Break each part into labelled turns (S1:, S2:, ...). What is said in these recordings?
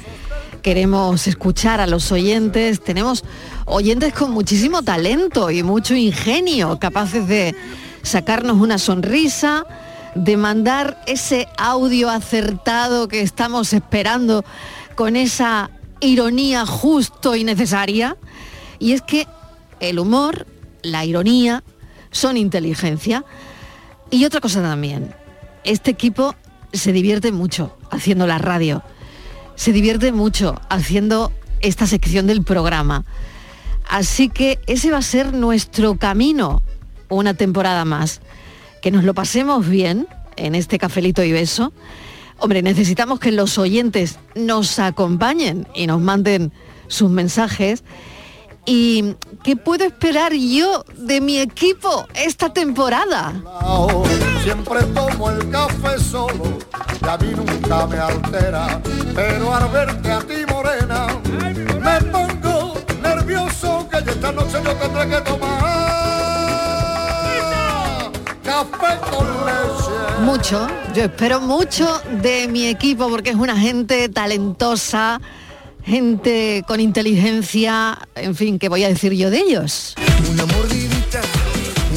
S1: Queremos escuchar a los oyentes. Tenemos oyentes con muchísimo talento y mucho ingenio, capaces de sacarnos una sonrisa, de mandar ese audio acertado que estamos esperando con esa ironía justo y necesaria. Y es que el humor, la ironía, son inteligencia. Y otra cosa también, este equipo se divierte mucho haciendo la radio, se divierte mucho haciendo esta sección del programa. Así que ese va a ser nuestro camino una temporada más. Que nos lo pasemos bien en este cafelito y beso. Hombre, necesitamos que los oyentes nos acompañen y nos manden sus mensajes. ¿Y qué puedo esperar yo de mi equipo esta temporada?
S2: Lao. Siempre tomo el café solo y a mí nunca me altera. Pero al verte a ti, morena, me pongo nervioso que ya esta noche yo tendré que tomar café con leche.
S1: Mucho, yo espero mucho de mi equipo porque es una gente talentosa, gente con inteligencia, en fin, ¿qué voy a decir yo de ellos?
S3: Una mordidita,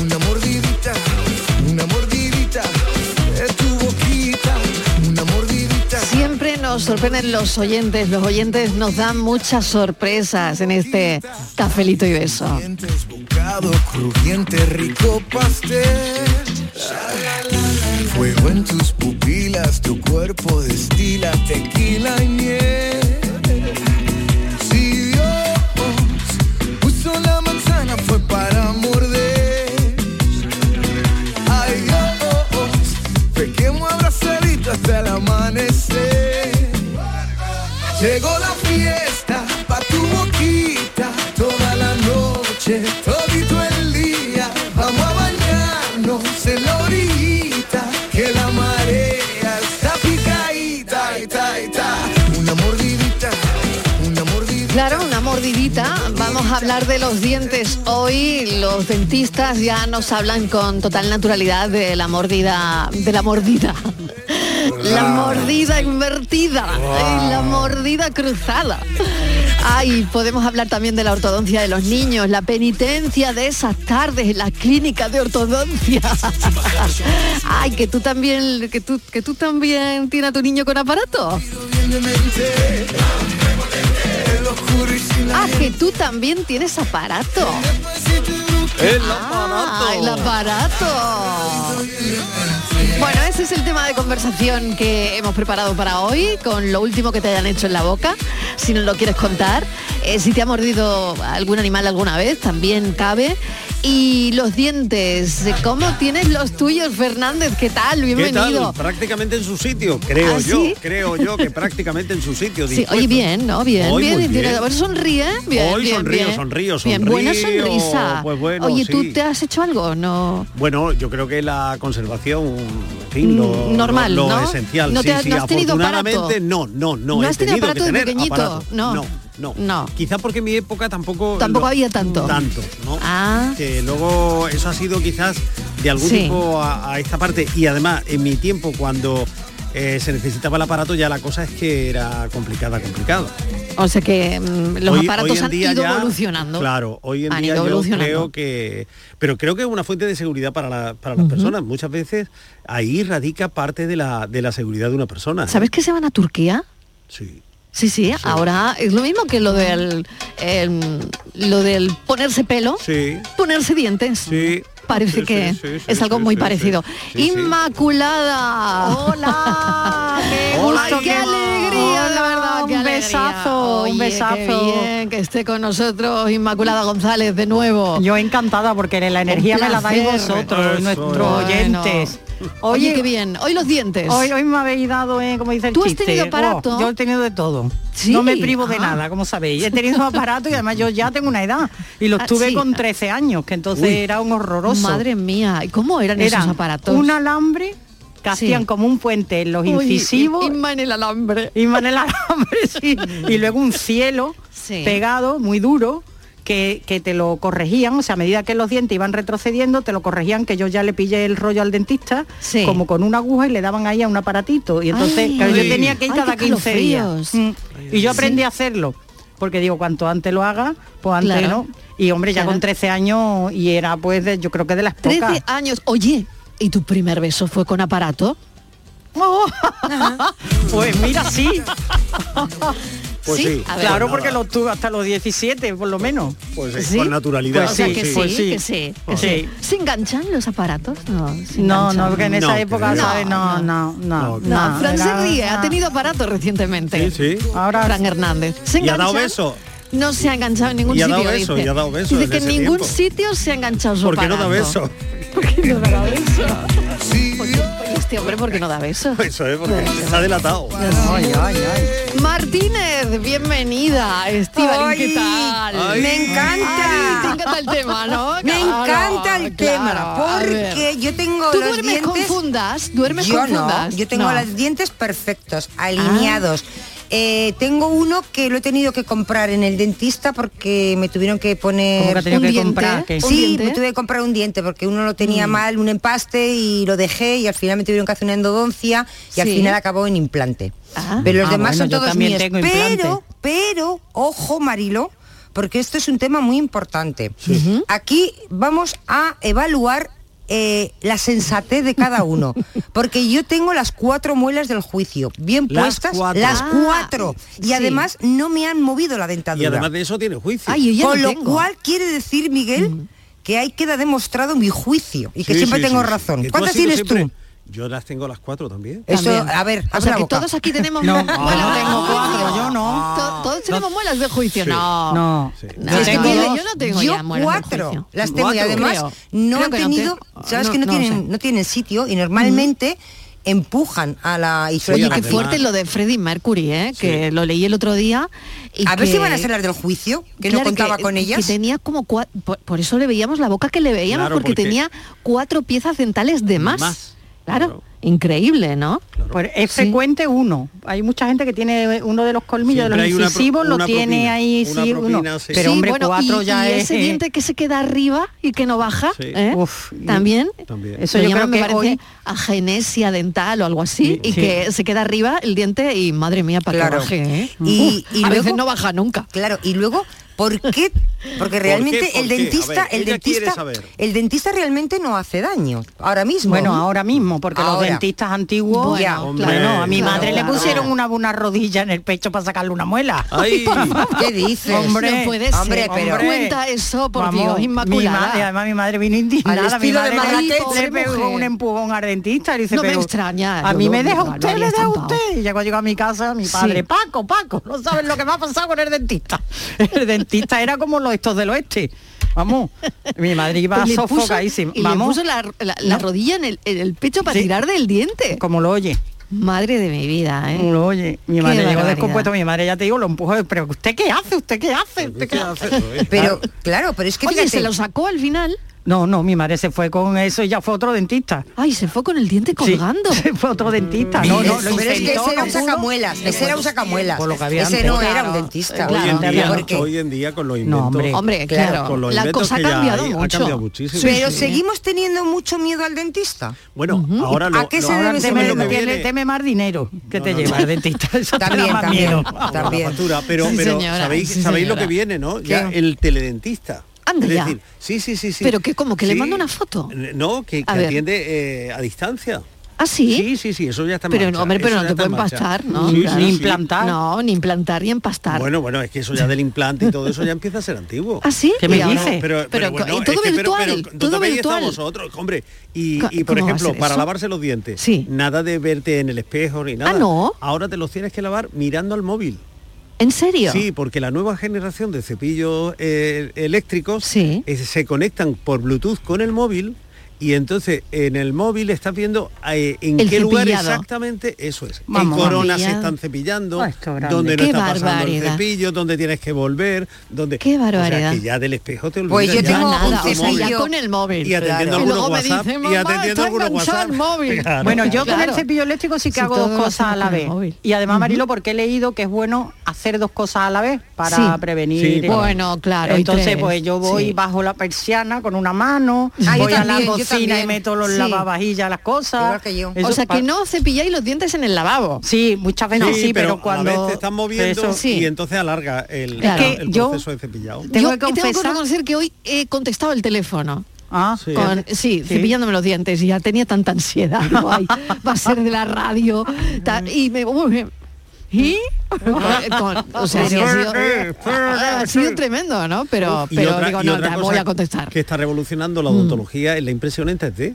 S3: una mordidita, una mordidita es tu boquita. Una mordidita,
S1: Siempre nos sorprenden los oyentes, los oyentes nos dan muchas sorpresas en este cafelito y beso.
S3: dientes, bocado crujiente, rico pastel. Fuego en tus pupilas, tu cuerpo destila tequila y miel. Si Dios puso la manzana fue para morder. Ay Dios, pequemos abrazadito hasta el amanecer. Llegó la fiesta pa' tu boquita toda la noche, todito el día. Vamos a bañarnos en la orillita que la marea está picadita. y ta, y ta. Una mordidita, una mordidita.
S1: Claro, una mordidita. Vamos a hablar de los dientes hoy. Los dentistas ya nos hablan con total naturalidad de la mordida, de la mordida. La mordida invertida y la mordida cruzada. Ay, podemos hablar también de la ortodoncia de los niños, la penitencia de esas tardes en las clínicas de ortodoncia. Ay, que tú también, que tú, que tú también tienes a tu niño con aparato. Ah, que tú también tienes aparato.
S4: El
S1: aparato. el aparato. Bueno, ese es el tema de conversación que hemos preparado para hoy, con lo último que te hayan hecho en la boca, si no lo quieres contar. Eh, si te ha mordido algún animal alguna vez, también cabe. Y los dientes, ¿cómo tienes los tuyos, Fernández? ¿Qué tal?
S5: ¿Qué
S1: Bienvenido.
S5: tal? Pues, Prácticamente en su sitio, creo
S1: ¿Ah,
S5: yo.
S1: sí?
S5: Creo yo que prácticamente en su sitio.
S1: Sí,
S5: dispuesto.
S1: oye, bien, ¿no? Bien,
S5: pues, Hoy
S1: bien,
S5: muy
S1: bien.
S5: bien.
S1: A ver, sonríe. ¿eh? Bien,
S5: Hoy
S1: bien,
S5: sonrío,
S1: bien.
S5: sonrío,
S1: Bien, buena
S5: sonrío.
S1: sonrisa.
S5: Pues bueno,
S1: oye, ¿tú
S5: sí.
S1: te has hecho algo o no?
S5: Bueno, yo creo que la conservación, en fin, lo,
S1: Mm, normal,
S5: lo, lo
S1: ¿no?
S5: esencial.
S1: No te
S5: sí,
S1: has-
S5: sí,
S1: no has tenido
S5: afortunadamente
S1: aparato.
S5: no, no, no.
S1: ¿No
S5: he
S1: has tenido
S5: tenido
S1: aparato de
S5: que tener
S1: pequeñito?
S5: aparato.
S1: No.
S5: no, no.
S1: No.
S5: Quizá porque en mi época tampoco
S1: Tampoco
S5: lo- Mm,
S1: había tanto.
S5: tanto, ¿no?
S1: Ah.
S5: Que luego eso ha sido quizás de algún
S1: Sí.
S5: tipo a, a esta parte y además en mi tiempo cuando eh, se necesitaba el aparato ya la cosa es que era complicada, complicada.
S1: O sea que mm, los
S5: Hoy- hoy
S1: aparatos
S5: en
S1: han
S5: día
S1: ido
S5: ya-
S1: evolucionando.
S5: Claro, hoy en
S1: Han
S5: día
S1: ido
S5: yo
S1: evolucionando.
S5: creo que... Pero creo que es una fuente de seguridad para, la- para las personas. Muchas veces ahí radica parte de la, de la seguridad de una persona. ¿eh?
S1: ¿Sabes que se van a Turquía?
S5: Sí.
S1: Sí, sí, ahora es lo mismo que lo del el- lo del ponerse pelo,
S5: Sí.
S1: ponerse dientes.
S5: Sí.
S1: Parece
S5: Sí,
S1: que
S5: sí, sí, sí,
S1: es algo
S5: sí,
S1: muy
S5: sí,
S1: parecido.
S5: sí. Sí, sí.
S1: Inmaculada.
S6: Hola, qué
S5: Hola,
S6: gusto,
S1: ¡Ay, qué alegría!
S6: Hola,
S1: la verdad,
S6: un
S1: qué alegría.
S6: besazo, un
S1: Oye, qué
S6: besazo.
S1: bien que esté con nosotros Inmaculada González de nuevo.
S6: Yo encantada porque la energía me la dais
S1: placer.
S6: vosotros,
S5: Eso
S6: nuestros
S5: es.
S6: oyentes.
S1: Oye,
S6: Oye,
S1: qué bien. Hoy los dientes.
S6: Hoy, hoy me habéis dado, eh, como dice el
S1: ¿Tú has
S6: chiste,
S1: tenido aparato?
S6: oh, yo he tenido de todo.
S1: Sí.
S6: No me privo de
S1: Ah.
S6: nada, como sabéis. He tenido aparato y además yo ya tengo una edad. Y los
S1: Ah,
S6: tuve
S1: sí.
S6: con 13 años, que entonces
S5: Uy.
S6: era un horroroso.
S1: Madre mía, ¿y ¿cómo eran,
S6: Era
S1: esos aparatos?
S6: un alambre que
S1: Sí.
S6: hacían como un puente en los
S1: Uy,
S6: incisivos.
S1: Inma en el alambre.
S6: y en el alambre, sí. Y luego un cielo
S1: Sí.
S6: pegado, muy duro, que, que te lo corregían, o sea, a medida que los dientes iban retrocediendo, te lo corregían, que yo ya le pillé el rollo al dentista,
S1: Sí.
S6: como con una aguja y le daban ahí a un aparatito. Y entonces,
S1: Ay.
S6: claro, yo
S5: Ay.
S6: tenía que ir
S1: Ay,
S6: cada
S1: qué
S6: 15 días.
S1: escalofríos.
S6: Mm. Y yo aprendí a hacerlo. Porque digo, cuanto antes lo haga, pues antes
S1: Claro.
S6: no. Y hombre, ya
S1: Claro.
S6: con 13 años y era pues de- yo creo que de las pocas.
S1: 13 años. Oye, ¿y tu primer beso fue con aparato?
S6: Oh. pues mira, sí.
S5: Pues sí.
S1: a ver.
S6: Claro,
S5: Pues
S6: porque
S5: nada.
S6: lo tuve hasta los 17, por lo menos.
S5: Pues sí,
S1: ¿Sí?
S5: con naturalidad.
S1: o sea
S6: sí,
S1: que sí,
S6: pues sí.
S1: que sí, que
S6: Pues
S1: sí.
S6: sí.
S1: ¿Se enganchan los aparatos? No, se
S6: No,
S1: enganchan,
S6: no, porque en esa
S5: No,
S6: época,
S5: creo.
S6: ¿sabes? No, no, no.
S5: No,
S6: No,
S1: No, Fran se
S6: era-
S1: ríe, ha
S6: no.
S1: tenido aparato recientemente.
S5: Sí, sí.
S6: Ahora-
S1: Fran Hernández. ¿Se
S5: ¿Y ha dado
S1: enganchan?
S5: beso?
S1: No se ha enganchado en ningún
S5: Y ha
S1: sitio.
S5: dado beso,
S1: dice.
S5: y ha dado beso
S1: Dice
S5: desde
S1: que en
S5: ese
S1: ningún
S5: tiempo.
S1: sitio se ha enganchado su
S5: ¿Por qué no da
S1: aparato.
S5: beso?
S1: Oye, Este hombre, ¿por qué no da beso?
S5: Eso es porque se ha delatado.
S6: Ay, ay, ay.
S1: Martínez, bienvenida. Estival, ¿qué
S7: Ay,
S1: tal?
S7: Me
S1: Ay, te
S7: encanta.
S1: encanta el tema, ¿no?
S7: me
S1: Claro,
S7: encanta el
S1: claro.
S7: tema
S1: A ver.
S7: porque yo tengo
S1: Tú
S7: los
S1: duermes
S7: dientes
S1: con fundas, duermes
S7: yo
S1: con
S7: no,
S1: fundas.
S7: yo tengo
S1: No. Ah.
S7: los dientes perfectos, alineados. Eh, tengo uno que lo he tenido que comprar en el dentista porque me tuvieron que
S6: Como
S7: poner
S6: que ha tenido
S1: ¿Un
S6: que
S1: diente?
S6: comprar. ¿qué?
S1: ¿Un
S7: Sí,
S1: diente? Mm.
S7: me tuve que comprar un diente porque uno lo tenía mal, un empaste y lo dejé y al final me tuvieron que hacer una endodoncia y al
S1: Sí.
S7: final acabó en implante.
S1: Ah.
S7: Pero los
S6: Ah,
S7: demás
S6: bueno,
S7: son
S6: yo
S7: todos
S6: también
S7: míos.
S6: tengo implante.
S7: pero, pero, ojo Marilo, porque esto es un tema muy importante. Aquí vamos a evaluar eh, la sensatez de cada uno, porque yo tengo las cuatro muelas del juicio bien
S5: Las
S7: puestas,
S5: cuatro.
S7: las
S1: Ah,
S7: cuatro, y
S1: sí.
S7: además no me han movido la dentadura.
S5: Y además de eso tiene juicio.
S1: Ay, yo ya
S7: Con
S1: no
S7: lo
S1: tengo.
S7: cual quiere decir, Miguel, que ahí queda demostrado mi juicio y que
S5: Sí,
S7: siempre
S5: sí,
S7: tengo
S5: sí, sí.
S7: razón.
S5: Que tú
S7: ¿Cuántas
S5: has sido
S7: tienes tú?
S5: siempre- Yo las tengo las cuatro también.
S7: Eso,
S1: También.
S7: a ver,
S1: o
S7: abre
S1: sea
S7: la
S1: que
S7: boca.
S1: todos aquí tenemos
S6: No,
S1: muelas-
S6: yo
S1: muelas de
S6: tengo
S1: juicio.
S6: cuatro, yo no.
S1: To- todos tenemos muelas de juicio,
S5: Sí.
S1: no. No,
S6: No. Yo
S1: yo,
S6: tengo
S1: yo
S6: dos.
S1: no tengo
S7: yo
S1: ya muelas de
S7: cuatro
S1: juicio.
S7: las tengo y
S1: Cuatro.
S7: además
S1: Creo.
S7: no
S1: Creo
S7: han
S1: que no te-
S7: tenido sabes que no
S1: sé.
S7: tienen no tienen sitio y normalmente empujan a la y suelen
S1: Oye, qué
S5: además-
S1: fuerte lo de Freddie Mercury, ¿eh? que lo leí el otro día. y
S7: a ver
S1: que-
S7: si van a ser las del juicio que no
S1: Claro,
S7: contaba con
S1: que
S7: ellas
S1: tenía como cua- por, por eso le veíamos la boca que le veíamos,
S5: Claro,
S1: porque,
S5: porque-
S1: tenía cuatro piezas dentales de más.
S5: Más,
S1: Claro,
S5: claro.
S1: increíble, ¿no?
S6: Pues es frecuente uno. Hay mucha gente que tiene uno de los colmillos
S5: Siempre
S6: de
S5: hay
S6: los
S5: una pro-
S6: incisivos, lo
S5: una
S6: tiene
S5: propina,
S6: ahí
S5: una
S6: sí,
S5: propina,
S6: uno.
S5: sí.
S6: Pero
S1: Sí,
S6: hombre,
S1: bueno,
S6: cuatro
S1: y,
S6: ya
S1: y
S6: es. eh,
S1: ese diente que se queda arriba y que no baja,
S5: Sí.
S1: ¿eh?
S6: Uf, y-
S1: también.
S5: también.
S6: Eso
S1: Lo
S6: yo
S1: llaman,
S6: creo
S1: me
S6: que
S1: parece
S6: hoy-
S1: agenesia dental o algo así, y
S6: Sí.
S1: que se queda arriba el diente y madre mía, para
S7: Claro.
S1: que baje, ¿eh?
S7: Y-
S1: Uf,
S7: y
S1: a veces
S7: luego-
S1: no baja nunca.
S7: Claro, y luego, ¿por qué? Porque
S5: ¿Por
S7: realmente
S5: qué?
S7: Este, el
S5: ¿Por qué?
S7: dentista,
S5: A ver,
S7: el
S5: ella quiere
S7: dentista,
S5: saber.
S7: el dentista realmente no hace daño ahora mismo.
S6: Bueno, ahora mismo, porque los
S7: Ahora.
S6: dentistas antiguos,
S1: Bueno,
S7: Ya,
S5: hombre,
S6: bueno, a mi
S5: claro,
S6: madre
S5: claro.
S6: le pusieron una, una rodilla en el pecho para sacarle una muela.
S5: Ay,
S7: ¿Qué dices?
S6: Hombre,
S1: no puede ser.
S7: hombre, pero-
S1: cuenta eso, por
S6: Vamos,
S1: Dios,
S6: Mi
S1: inmaculada.
S6: madre, además mi madre vino indignada.
S7: Al estilo
S6: mi
S7: de
S6: madre
S7: Margaret
S6: le-
S1: Thatcher.
S6: le pegó
S1: Mujer.
S6: un empujón al dentista y le dice,
S1: No me
S6: pero
S1: extraña,
S6: A
S1: yo
S6: mí
S1: no-
S6: me deja
S1: no, no
S6: usted,
S1: había
S6: le deja
S1: estampado.
S6: usted. Y ya cuando llegó a mi casa, mi
S1: Sí.
S6: padre, Paco, Paco, no sabes lo que me ha pasado con el dentista. El dentista era como los estos del oeste. Vamos, mi madre iba
S1: Pues Le puso-
S6: sofocadísima.
S1: y le
S6: Vamos.
S1: puso la, la- la
S6: No.
S1: rodilla en el, en el pecho para
S6: Sí.
S1: tirar del diente.
S6: Como lo oye.
S1: Madre de mi vida, ¿eh?
S6: Como lo oye. Mi
S1: Qué
S6: madre llegó
S1: barbaridad.
S6: descompuesta, mi madre ya te digo, lo empujó, pero ¿usted qué hace? ¿Usted qué hace? ¿Usted qué hace?
S7: Pero, claro, pero es que
S1: Oye,
S7: fíjate,
S1: se lo sacó al final.
S6: No, no, mi madre se fue con eso y ya fue otro dentista.
S1: Ay, se fue con el diente
S6: Sí,
S1: colgando.
S6: se fue otro dentista. No, no, lo
S7: pero es que
S6: intentó,
S7: ese era un
S6: no pudo.
S7: sacamuelas, ese era un sacamuelas.
S6: Por lo que había
S7: Ese
S6: antes.
S7: no era un
S6: Claro.
S7: dentista.
S5: Hoy, en
S6: Claro,
S5: día,
S7: porque-
S5: hoy en día con los inventos...
S6: hombre.
S1: Hombre, claro.
S5: Con los
S1: la
S5: inventos
S1: cosa ha
S5: que ya
S1: cambiado
S5: hay, ha
S1: mucho.
S5: cambiado muchísimo.
S7: Pero
S5: Sí.
S7: seguimos teniendo mucho miedo al dentista.
S5: Bueno, ahora lo,
S7: ¿A qué
S5: lo-
S7: se
S5: ahora lo
S7: debe
S5: que
S7: ese
S6: Teme,
S7: miedo?
S5: viene-
S6: teme- teme más dinero que te
S5: no,
S6: lleva
S5: no.
S6: el dentista. Eso te da
S7: También,
S6: más
S7: también.
S6: miedo.
S5: la
S7: También.
S5: factura, pero,
S1: Sí,
S5: pero
S1: señora,
S5: sabéis,
S1: sí,
S5: sabéis lo
S1: señora.
S5: que viene, ¿no? Ya
S7: ¿Qué?
S5: el teledentista.
S1: Anda
S5: es
S1: ya.
S5: decir, sí, sí, sí, sí.
S1: Pero que como que le
S5: Sí. Eh,
S1: manda una foto.
S5: No, que, que
S1: A ver.
S5: atiende eh, a distancia.
S1: ¿Ah, sí?
S5: Sí, sí, sí, eso ya está en
S1: Pero,
S5: marcha,
S1: hombre, pero
S5: eso
S1: no
S5: ya
S1: te
S5: está en
S1: pueden
S5: marcha.
S1: pastar, ¿no?
S5: Sí,
S1: Claro.
S5: sí,
S6: Ni
S5: sí.
S6: implantar.
S1: No, ni implantar ni empastar.
S5: Bueno, bueno, es que eso ya del implante y todo eso ya empieza a ser antiguo.
S1: ¿Ah, sí?
S6: ¿Qué me
S1: Y ahora-
S6: dices?
S5: Pero, pero
S1: co-
S5: bueno,
S1: y todo
S5: es que- pero-
S1: virtual,
S5: pero ¿dónde
S1: todo
S5: habéis estado
S1: virtual.
S5: vosotros, hombre. Y,
S1: Co-
S5: y, por
S1: ¿cómo va a
S5: ejemplo,
S1: ser
S5: para
S1: eso?
S5: lavarse los dientes,
S1: Sí.
S5: nada de verte en el espejo ni nada.
S1: Ah, ¿no?
S5: Ahora te los tienes que lavar mirando al móvil.
S1: ¿En serio?
S5: Sí, porque la nueva generación de cepillos eh, eléctricos
S1: Sí.
S5: eh, se conectan por Bluetooth con el móvil y entonces en el móvil estás viendo eh, en
S1: El
S5: qué lugar
S1: cepillado.
S5: exactamente eso es. en
S6: Vamos,
S5: corona se
S1: cepillado.
S5: están cepillando,
S6: Ah, esto grande.
S5: donde no
S1: Qué
S5: está pasando el
S1: barbaridad.
S5: cepillo, donde tienes que volver, donde
S1: Qué
S5: O sea,
S1: barbaridad.
S5: que ya del espejo te olvidas.
S7: Pues yo
S5: ya.
S1: Ya
S7: tengo un
S1: nada, o sea,
S7: cepillo.
S1: ya con el móvil.
S5: Y atendiendo
S1: Que
S5: algunos
S1: luego me
S5: WhatsApp,
S1: dicen,
S5: y
S1: "Mamá,
S5: atendiendo
S1: está
S5: algunos
S1: enganchado
S5: WhatsApp".
S1: el móvil.
S5: Claro.
S6: Bueno, yo con
S1: Claro.
S6: el cepillo eléctrico sí que
S1: Si
S6: hago
S1: todo
S6: dos
S1: lo
S6: cosas
S1: hacemos
S6: a la
S1: con el
S6: vez.
S1: móvil.
S6: Y además, Marilo, porque he leído que es bueno hacer dos cosas a la vez para
S1: Sí.
S6: prevenir.
S5: Sí,
S6: el-
S1: bueno, claro, y
S6: Entonces,
S1: tres.
S6: pues yo voy
S1: Sí.
S6: bajo la persiana con una mano,
S7: Ah, yo
S6: voy a la
S7: también, yo
S6: cocina y
S7: también.
S6: meto los
S7: Sí.
S6: lavavajillas, las cosas.
S7: Igual que yo.
S6: Eso
S1: Ah, o sea,
S6: pa-
S1: que no cepilláis los dientes en el lavabo.
S6: Sí, muchas veces
S5: Sí,
S6: sí, pero, cuando
S5: a la vez te están moviendo
S6: eso-
S1: Sí.
S5: y entonces alarga el,
S1: Claro.
S5: el
S6: Es que yo-
S5: proceso de cepillado.
S6: Tengo
S1: Yo
S6: que confesar-
S1: reconocer que hoy he contestado el teléfono.
S6: Ah,
S5: Sí.
S1: Con- sí, cepillándome los dientes y ya tenía tanta ansiedad. digo, "Ay, va a ser de la radio. tal", y me... uy, ¿Y? Con- o sea, sí ha sido, ha sido tremendo, ¿no? Pero,
S5: Y
S1: pero
S5: otra-
S1: digo,
S5: y
S1: no,
S5: otra
S1: te
S5: cosa
S1: voy a contestar.
S5: Que está revolucionando la
S6: Mm.
S5: odontología es la impresión en 3D.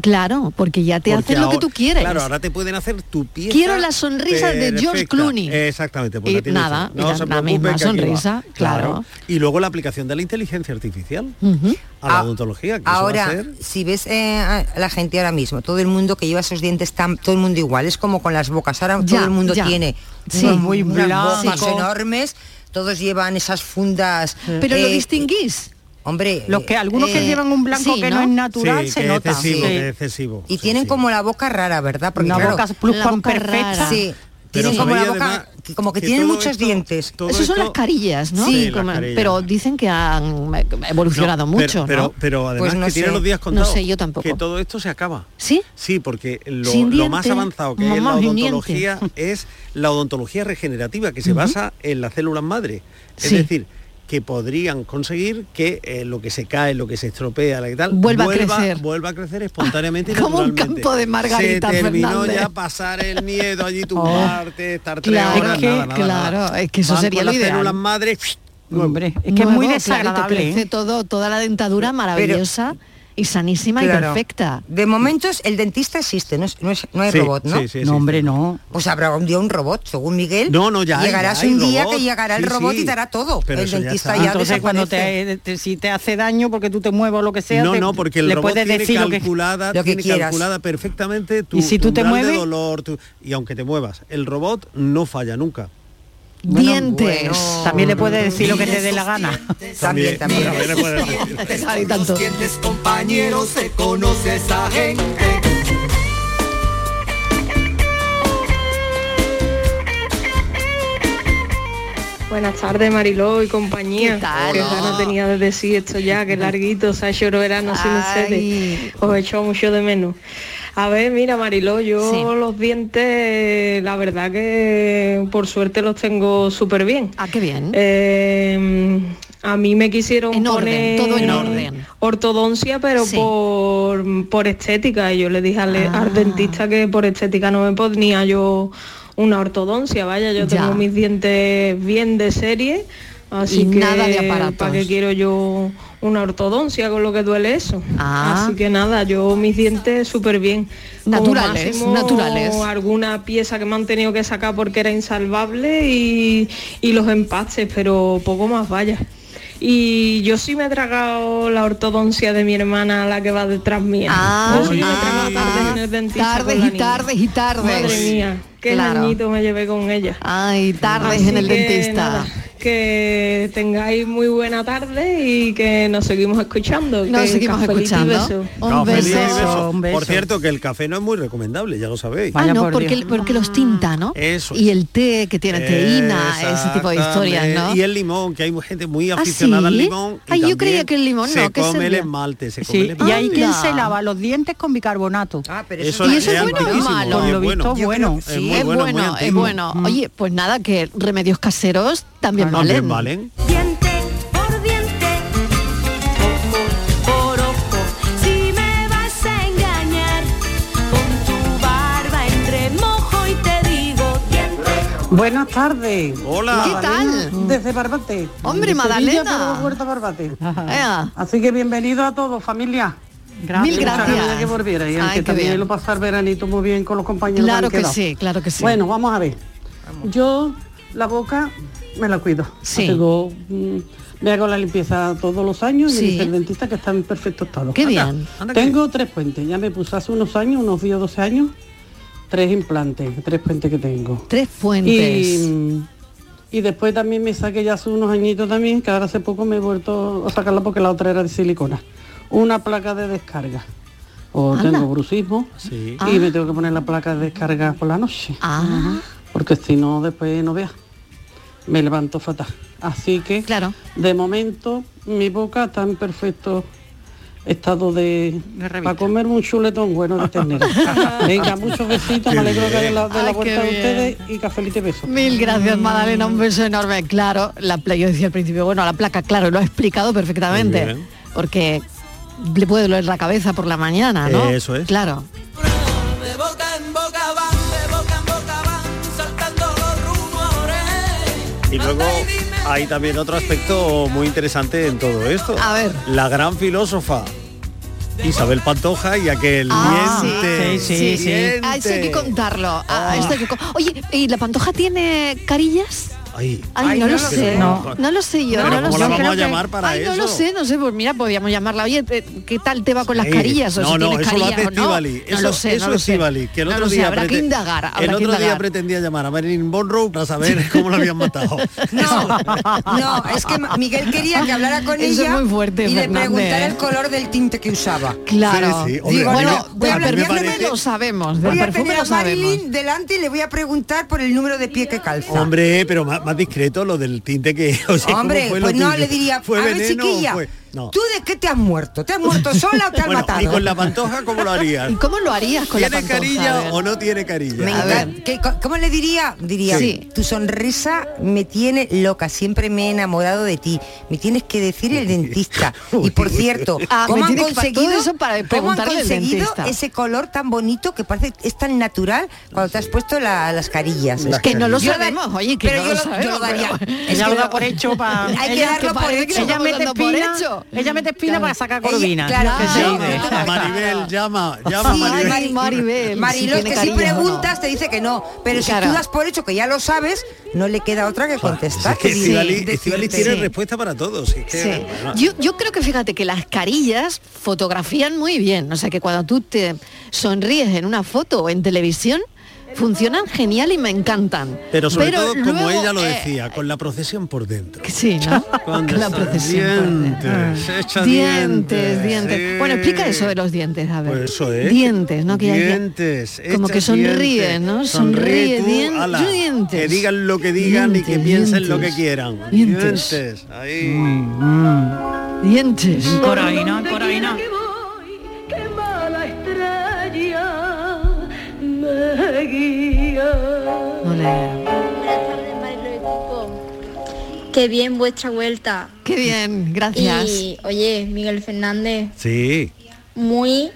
S1: Claro, porque ya te
S5: porque
S1: hacen lo que
S5: ahora-
S1: tú quieres.
S5: Claro, ahora te pueden hacer tu pieza.
S1: Quiero la sonrisa de George Clooney.
S5: Exactamente, pues
S1: Y
S5: la tienes.
S1: nada,
S5: no
S1: mira,
S5: se
S1: la
S5: preocupe
S1: misma
S5: que aquí va.
S1: sonrisa, claro.
S5: Y luego la aplicación de la inteligencia artificial
S1: Ujú.
S5: a la
S7: Ah,
S5: odontología, que eso va a
S7: Ahora,
S5: ser-
S7: si ves eh, a la gente ahora mismo, todo el mundo que lleva esos dientes, tan, todo el mundo igual, es como con las bocas, ahora
S1: Ya,
S7: todo el mundo
S1: ya.
S7: tiene
S1: Sí.
S7: unas-
S6: Muy
S7: unas bocas
S6: blanco.
S7: enormes, todos llevan esas fundas.
S1: Pero lo
S7: eh,
S1: distinguís.
S7: Hombre,
S6: Los que algunos que
S7: eh,
S6: llevan un blanco
S1: sí,
S6: que
S1: ¿no?
S6: no es natural
S5: Sí,
S6: se
S5: que
S6: nota.
S5: Es excesivo,
S6: Sí.
S5: que es excesivo.
S7: Y tienen
S5: Sí, sí.
S7: como la boca rara, ¿verdad? Porque
S6: Una
S7: claro,
S6: boca plus
S1: La
S6: cuan
S1: boca
S6: perfecta.
S1: rara.
S7: sí,
S5: Pero
S7: tienen como la
S5: sabéis,
S7: boca,
S5: además,
S7: que como que, tienen
S5: todo
S7: muchos
S5: esto-
S7: dientes.
S5: todo
S1: Esas son
S5: esto-
S1: las carillas, ¿no?
S5: Sí, las
S1: Como-
S5: carillas.
S1: Pero dicen que han eh, evolucionado
S5: No,
S1: mucho,
S5: pero, pero,
S1: ¿no?
S5: pero además
S7: Pues no
S5: que tiene
S7: sé.
S5: los días
S1: No
S5: contados.
S1: sé, yo tampoco.
S5: Que todo esto se acaba.
S1: ¿Sí?
S5: Sí, porque lo,
S1: Sin
S5: lo
S1: diente,
S5: más avanzado que es la
S1: mamá sin
S5: odontología es la odontología regenerativa, que se basa en las células madre. Es
S1: Sí.
S5: decir, que podrían conseguir que eh, lo que se cae, lo que se estropea, la que tal,
S1: Vuelva a crecer.
S5: Vuelva a crecer espontáneamente y
S1: Como un
S5: naturalmente.
S1: campo de Margarita
S5: Se terminó
S1: Fernández. Oh,
S5: ya pasar el miedo allí, tumbarte, estar tres
S1: Claro,
S5: horas,
S6: es que-
S5: nada, nada, nada.
S1: claro, es que eso
S5: Van
S1: sería
S5: con
S1: lo
S5: las
S1: ideal.
S5: células madre,
S6: Hombre, es que es
S1: Nuevo,
S6: muy
S1: claro, y te
S6: desagradable.
S1: crece
S6: ¿eh?
S1: todo, toda la dentadura maravillosa y sanísima y
S7: Claro.
S1: perfecta.
S7: De momentos el dentista existe, no, es- no es- no hay
S5: Sí,
S7: robot, ¿no?
S5: sí, sí,
S6: No, hombre, no.
S7: Pues habrá un día un robot, según Miguel.
S5: No, no, ya hay,
S7: Llegarás
S5: ya hay
S7: un día
S5: robot.
S7: que llegará el
S5: Sí,
S7: robot
S5: sí.
S7: y te hará todo.
S5: Pero
S7: el
S5: eso ya
S7: dentista
S5: está.
S7: ya,
S6: Entonces cuando
S7: desaparece.
S6: te, te- si te hace daño porque tú te mueves o lo que sea,
S5: No,
S6: te-
S5: no, porque el
S6: le
S5: robot
S6: puedes
S5: tiene
S6: decir lo que
S5: calculada,
S7: lo que
S5: tiene
S7: quieras.
S5: calculada perfectamente tu,
S6: Y si
S5: tu
S6: tú te
S5: umbral de
S6: mueves-
S5: dolor, tu- y aunque te muevas, el robot no falla nunca.
S7: Bueno,
S1: Dientes.
S7: bueno.
S6: también le puedes decir lo que te dé la gana.
S7: También, también.
S5: También le puedes decir.
S1: Ay, tanto.
S8: Dientes compañeros, se conoce esa gente.
S9: Buenas tardes, Mariló y compañía.
S1: ¿Qué tal?
S9: Qué ganas tenía de decir esto ya, que larguito, se ha hecho verano sin
S1: Ay.
S9: ustedes. Os echo mucho de menos. A ver, mira, Mariló, yo
S1: Sí.
S9: los dientes, la verdad que por suerte los tengo súper bien.
S1: Ah, qué bien.
S9: Eh, a mí me quisieron
S1: En orden,
S9: poner
S1: todo en orden.
S9: ortodoncia, pero
S1: Sí.
S9: por, por estética. Y yo le dije al,
S1: Ah.
S9: al dentista que por estética no me ponía yo una ortodoncia. Vaya, yo
S1: Ya.
S9: tengo mis dientes bien de serie. Así
S1: Y
S9: que
S1: nada de aparatos.
S9: ¿Para qué quiero yo una ortodoncia con lo que duele eso?
S1: Ah.
S9: Así que nada, yo mis dientes súper bien. Como
S1: Naturales,
S9: máximo,
S1: naturales.
S9: alguna pieza que me han tenido que sacar porque era insalvable y, y los empastes, pero poco más vaya. Y yo sí me he tragado la ortodoncia de mi hermana, la que va detrás mía.
S1: Ah,
S9: Yo sí me he
S1: ah,
S9: tragado tardes en el dentista
S1: tardes
S9: con la
S1: y
S9: niña.
S1: tardes y tardes.
S9: Madre mía, qué
S1: Claro.
S9: dañito me llevé con ella.
S1: Ay, tardes en el dentista.
S9: que tengáis muy buena tarde y que nos seguimos escuchando.
S1: Nos
S9: que
S1: seguimos
S9: cafelito y
S1: escuchando.
S9: beso.
S5: Café y
S9: un beso.
S5: Por cierto, que el café no es muy recomendable, ya lo sabéis.
S1: Ah, no, porque, porque los tinta, ¿no?
S5: Eso
S1: Y el té que tiene teína, ese tipo de historias, ¿no?
S5: Y el limón, que hay gente muy
S1: ¿Ah,
S5: aficionada al
S1: sí?
S5: limón. y
S1: Ay, yo
S5: también
S1: creía que el limón
S5: se
S1: no, que
S5: come el
S1: servía.
S5: esmalte, se come
S6: Sí,
S5: el
S6: y
S5: esmalte.
S6: hay quien se lava los dientes con bicarbonato.
S5: eso Eso es- es es bueno o antiquísimo, malo?
S6: Por
S5: es
S6: lo
S5: bueno.
S6: visto,
S5: Yo
S6: bueno.
S5: creo que sí. Es muy bueno, muy
S1: es
S5: antiguo.
S1: bueno. Oye, pues nada, que remedios caseros
S5: Claro.
S1: también valen.
S5: También valen.
S8: Diente por diente, ojo por ojo. Si me vas a engañar con tu barba entre mojo y te digo diente.
S10: Buenas tardes.
S5: Hola.
S10: ¿Qué tal? Desde Barbate.
S1: Hombre,
S10: Desde
S1: Madalena.
S10: Sevilla, pero Huerta Barbate.
S1: Ea.
S10: Así que bienvenido a todos, familia.
S1: Gracias. Mil
S10: Muchas
S1: gracias.
S10: que volvierais,
S1: Ay,
S10: aunque
S1: qué
S10: también
S1: bien.
S10: lo pasar veranito muy bien con los compañeros.
S1: Claro
S10: han
S1: que
S10: quedado.
S1: sí, claro que sí.
S10: Bueno, vamos a ver. Yo la boca me la cuido.
S1: Sí.
S10: Tengo, mm, me hago la limpieza todos los años y
S1: Sí.
S10: me dice el dentista que está en perfecto estado.
S1: Qué Anda, bien. anda que
S10: Tengo tres puentes. Ya me puse hace unos años, unos 10 o 12 años, tres implantes, tres puentes que tengo.
S1: Tres puentes.
S10: Y, y después también me saqué ya hace unos añitos también, que ahora hace poco me he vuelto a sacarla porque la otra era de silicona. Una placa de descarga. O
S11: Anda.
S10: tengo brucismo
S11: Sí.
S3: Ah.
S1: Ah.
S10: y me tengo que poner la placa de descarga por la noche. Porque si no, después pues no veas. Me levanto fatal. Así que,
S1: claro.
S10: de momento, mi boca está en perfecto estado de... para comer un chuletón bueno de ternera. Venga, muchos besitos. Me
S1: Qué
S10: alegro de
S1: bien.
S10: la, de la
S1: Ay, qué
S10: vuelta de
S1: bien.
S10: ustedes y cafelito y beso.
S1: Mil gracias, Madalena. Un beso enorme. Claro, la pla- yo decía al principio, bueno, la placa, claro, lo ha explicado
S5: Muy
S1: perfectamente.
S5: bien.
S1: Porque le puede doler la cabeza por la mañana, ¿no?
S5: Eso es.
S1: Claro.
S8: De boca en boca van, de boca en boca van, saltando los rumores.
S5: Y luego hay también otro aspecto muy interesante en todo esto. A ver. La gran filósofa Isabel Pantoja y aquel diente.
S1: Ah, eso hay que
S5: diente.
S1: contarlo. Ah,
S5: Oh.
S1: esto hay que con- Oye, ¿y la pantoja tiene carillas?
S5: Ay,
S1: Ay, no, lo sé. No. lo sé yo.
S5: Pero
S1: no lo
S5: ¿cómo
S1: sé.
S5: la vamos
S1: Creo
S5: a
S1: que-
S5: llamar para
S1: Ay,
S5: eso?
S1: No lo sé, no sé. Pues mira, podríamos llamarla. Oye, te- ¿qué tal te va con las
S5: Sí.
S1: carillas? O
S5: Eh, no,
S1: si
S5: no,
S1: tienes
S5: eso lo hace
S1: carillas o no.
S5: Estivali.
S1: No
S5: eso
S1: lo sé,
S5: eso
S1: no lo
S5: es
S1: sé.
S5: Estivali, que el
S1: No
S5: otro
S1: lo sé,
S5: día
S1: habrá que
S5: prete-
S1: indagar, habrá
S5: el
S1: que
S5: otro día
S1: indagar.
S5: pretendía llamar a Marilyn Monroe para saber cómo la habían matado.
S7: No, es que Ma- Miguel quería que hablara con
S1: Eso
S7: ella
S1: es muy fuerte,
S7: y le
S1: Fernández,
S7: preguntara
S1: ¿eh?
S7: el color del tinte que usaba.
S1: Claro.
S5: Sí, sí, hombre,
S7: Digo,
S5: a mí
S7: bueno,
S5: me-
S7: voy a
S5: a mí
S7: hablar
S5: me
S7: del
S5: parece-
S7: perfume,
S1: lo sabemos, del
S7: Voy a
S1: perfume
S7: tener a
S1: lo sabemos.
S7: Marilyn delante y le voy a preguntar por el número de pie que calza.
S5: Hombre, pero más, más discreto lo del tinte que... o sea, ¿cómo
S7: Hombre,
S5: fue lo
S7: pues no,
S5: tuyo?
S7: le diría,
S5: ¿Fue
S7: a ver
S5: veneno o
S7: chiquilla,
S5: fue- No.
S7: ¿tú de qué te has muerto? ¿Te has muerto sola o te has
S5: Bueno,
S7: matado?
S5: ¿Y con la pantoja cómo lo harías?
S1: ¿Y cómo lo harías con la
S5: ¿Tiene
S1: pantoja? A ver.
S5: carilla o no tiene carilla?
S7: Me encanta. ¿Qué- co- ¿Cómo le diría? Diría,
S5: Sí.
S7: tu sonrisa me tiene loca, siempre me he enamorado de ti. Me tienes que decir el dentista. Y por cierto,
S1: Ah, me
S7: ¿cómo han
S1: tiene que- para todo
S7: conseguido,
S1: eso para
S7: cómo han
S1: preguntarle al
S7: conseguido
S1: dentista?
S7: ese color tan bonito que parece es tan natural cuando te has puesto la- las carillas?
S1: Las Que no lo
S7: Yo
S1: sabemos, oye, que
S7: pero
S1: no
S7: yo yo
S1: lo sabemos,
S7: daría.
S1: pero-
S7: Es que
S1: Ella lo da
S7: lo-
S1: por hecho pa-
S7: Hay que
S1: ella-
S7: darlo
S1: que
S7: por
S1: parece que
S7: hecho.
S1: lo
S6: Ella mete
S1: dando por
S6: espina,
S1: hecho.
S6: ella mete espina para sacar corvina.
S7: Ella- claro,
S6: Que
S7: claro,
S6: sí.
S7: tú no vas a sacar.
S5: Maribel, llama, llama
S7: Sí,
S5: Maribel.
S7: Mari-
S1: Maribel,
S7: Marilo,
S1: si
S7: que
S1: tiene
S7: si
S1: carillas o no.
S7: preguntas te dice que no, pero
S1: Claro.
S7: si tú das por hecho que ya lo sabes, no le queda otra que contestar.
S5: Es que
S7: Sí,
S5: Estivali
S7: decirte.
S5: tiene
S7: Sí.
S5: respuesta para todos. es que,
S1: Sí.
S5: bueno,
S1: Yo, yo creo que fíjate que las carillas fotografían muy bien. O sea que cuando tú te sonríes en una foto o en televisión, funcionan genial y me encantan.
S5: Pero sobre todo, como
S1: luego,
S5: ella lo
S1: eh,
S5: decía, con la procesión por dentro.
S1: que sí, ¿no?
S5: Cuando
S1: Con la
S5: está-
S1: procesión por
S5: dientes,
S1: dentro.
S5: se echa
S1: dientes,
S5: dientes,
S1: dientes.
S5: sí.
S1: Bueno, explica eso de los dientes, a ver.
S5: Pues eso es.
S1: Dientes, ¿no? Que ya-
S5: dientes.
S1: como
S5: echa
S1: que sonríe,
S5: dientes.
S1: ¿no? Sonríe,
S5: tú,
S1: dien-
S5: ala,
S1: dientes.
S5: Que digan lo que digan y que
S1: Dientes,
S5: piensen lo que
S1: dientes,
S5: quieran.
S1: dientes.
S5: Ahí.
S1: Dientes. Ah,
S6: Corvina, corvina.
S8: La estrella me guía.
S12: Qué bien vuestra vuelta.
S1: Qué bien, gracias.
S12: Y oye, Miguel Fernández,
S5: Sí.
S12: muy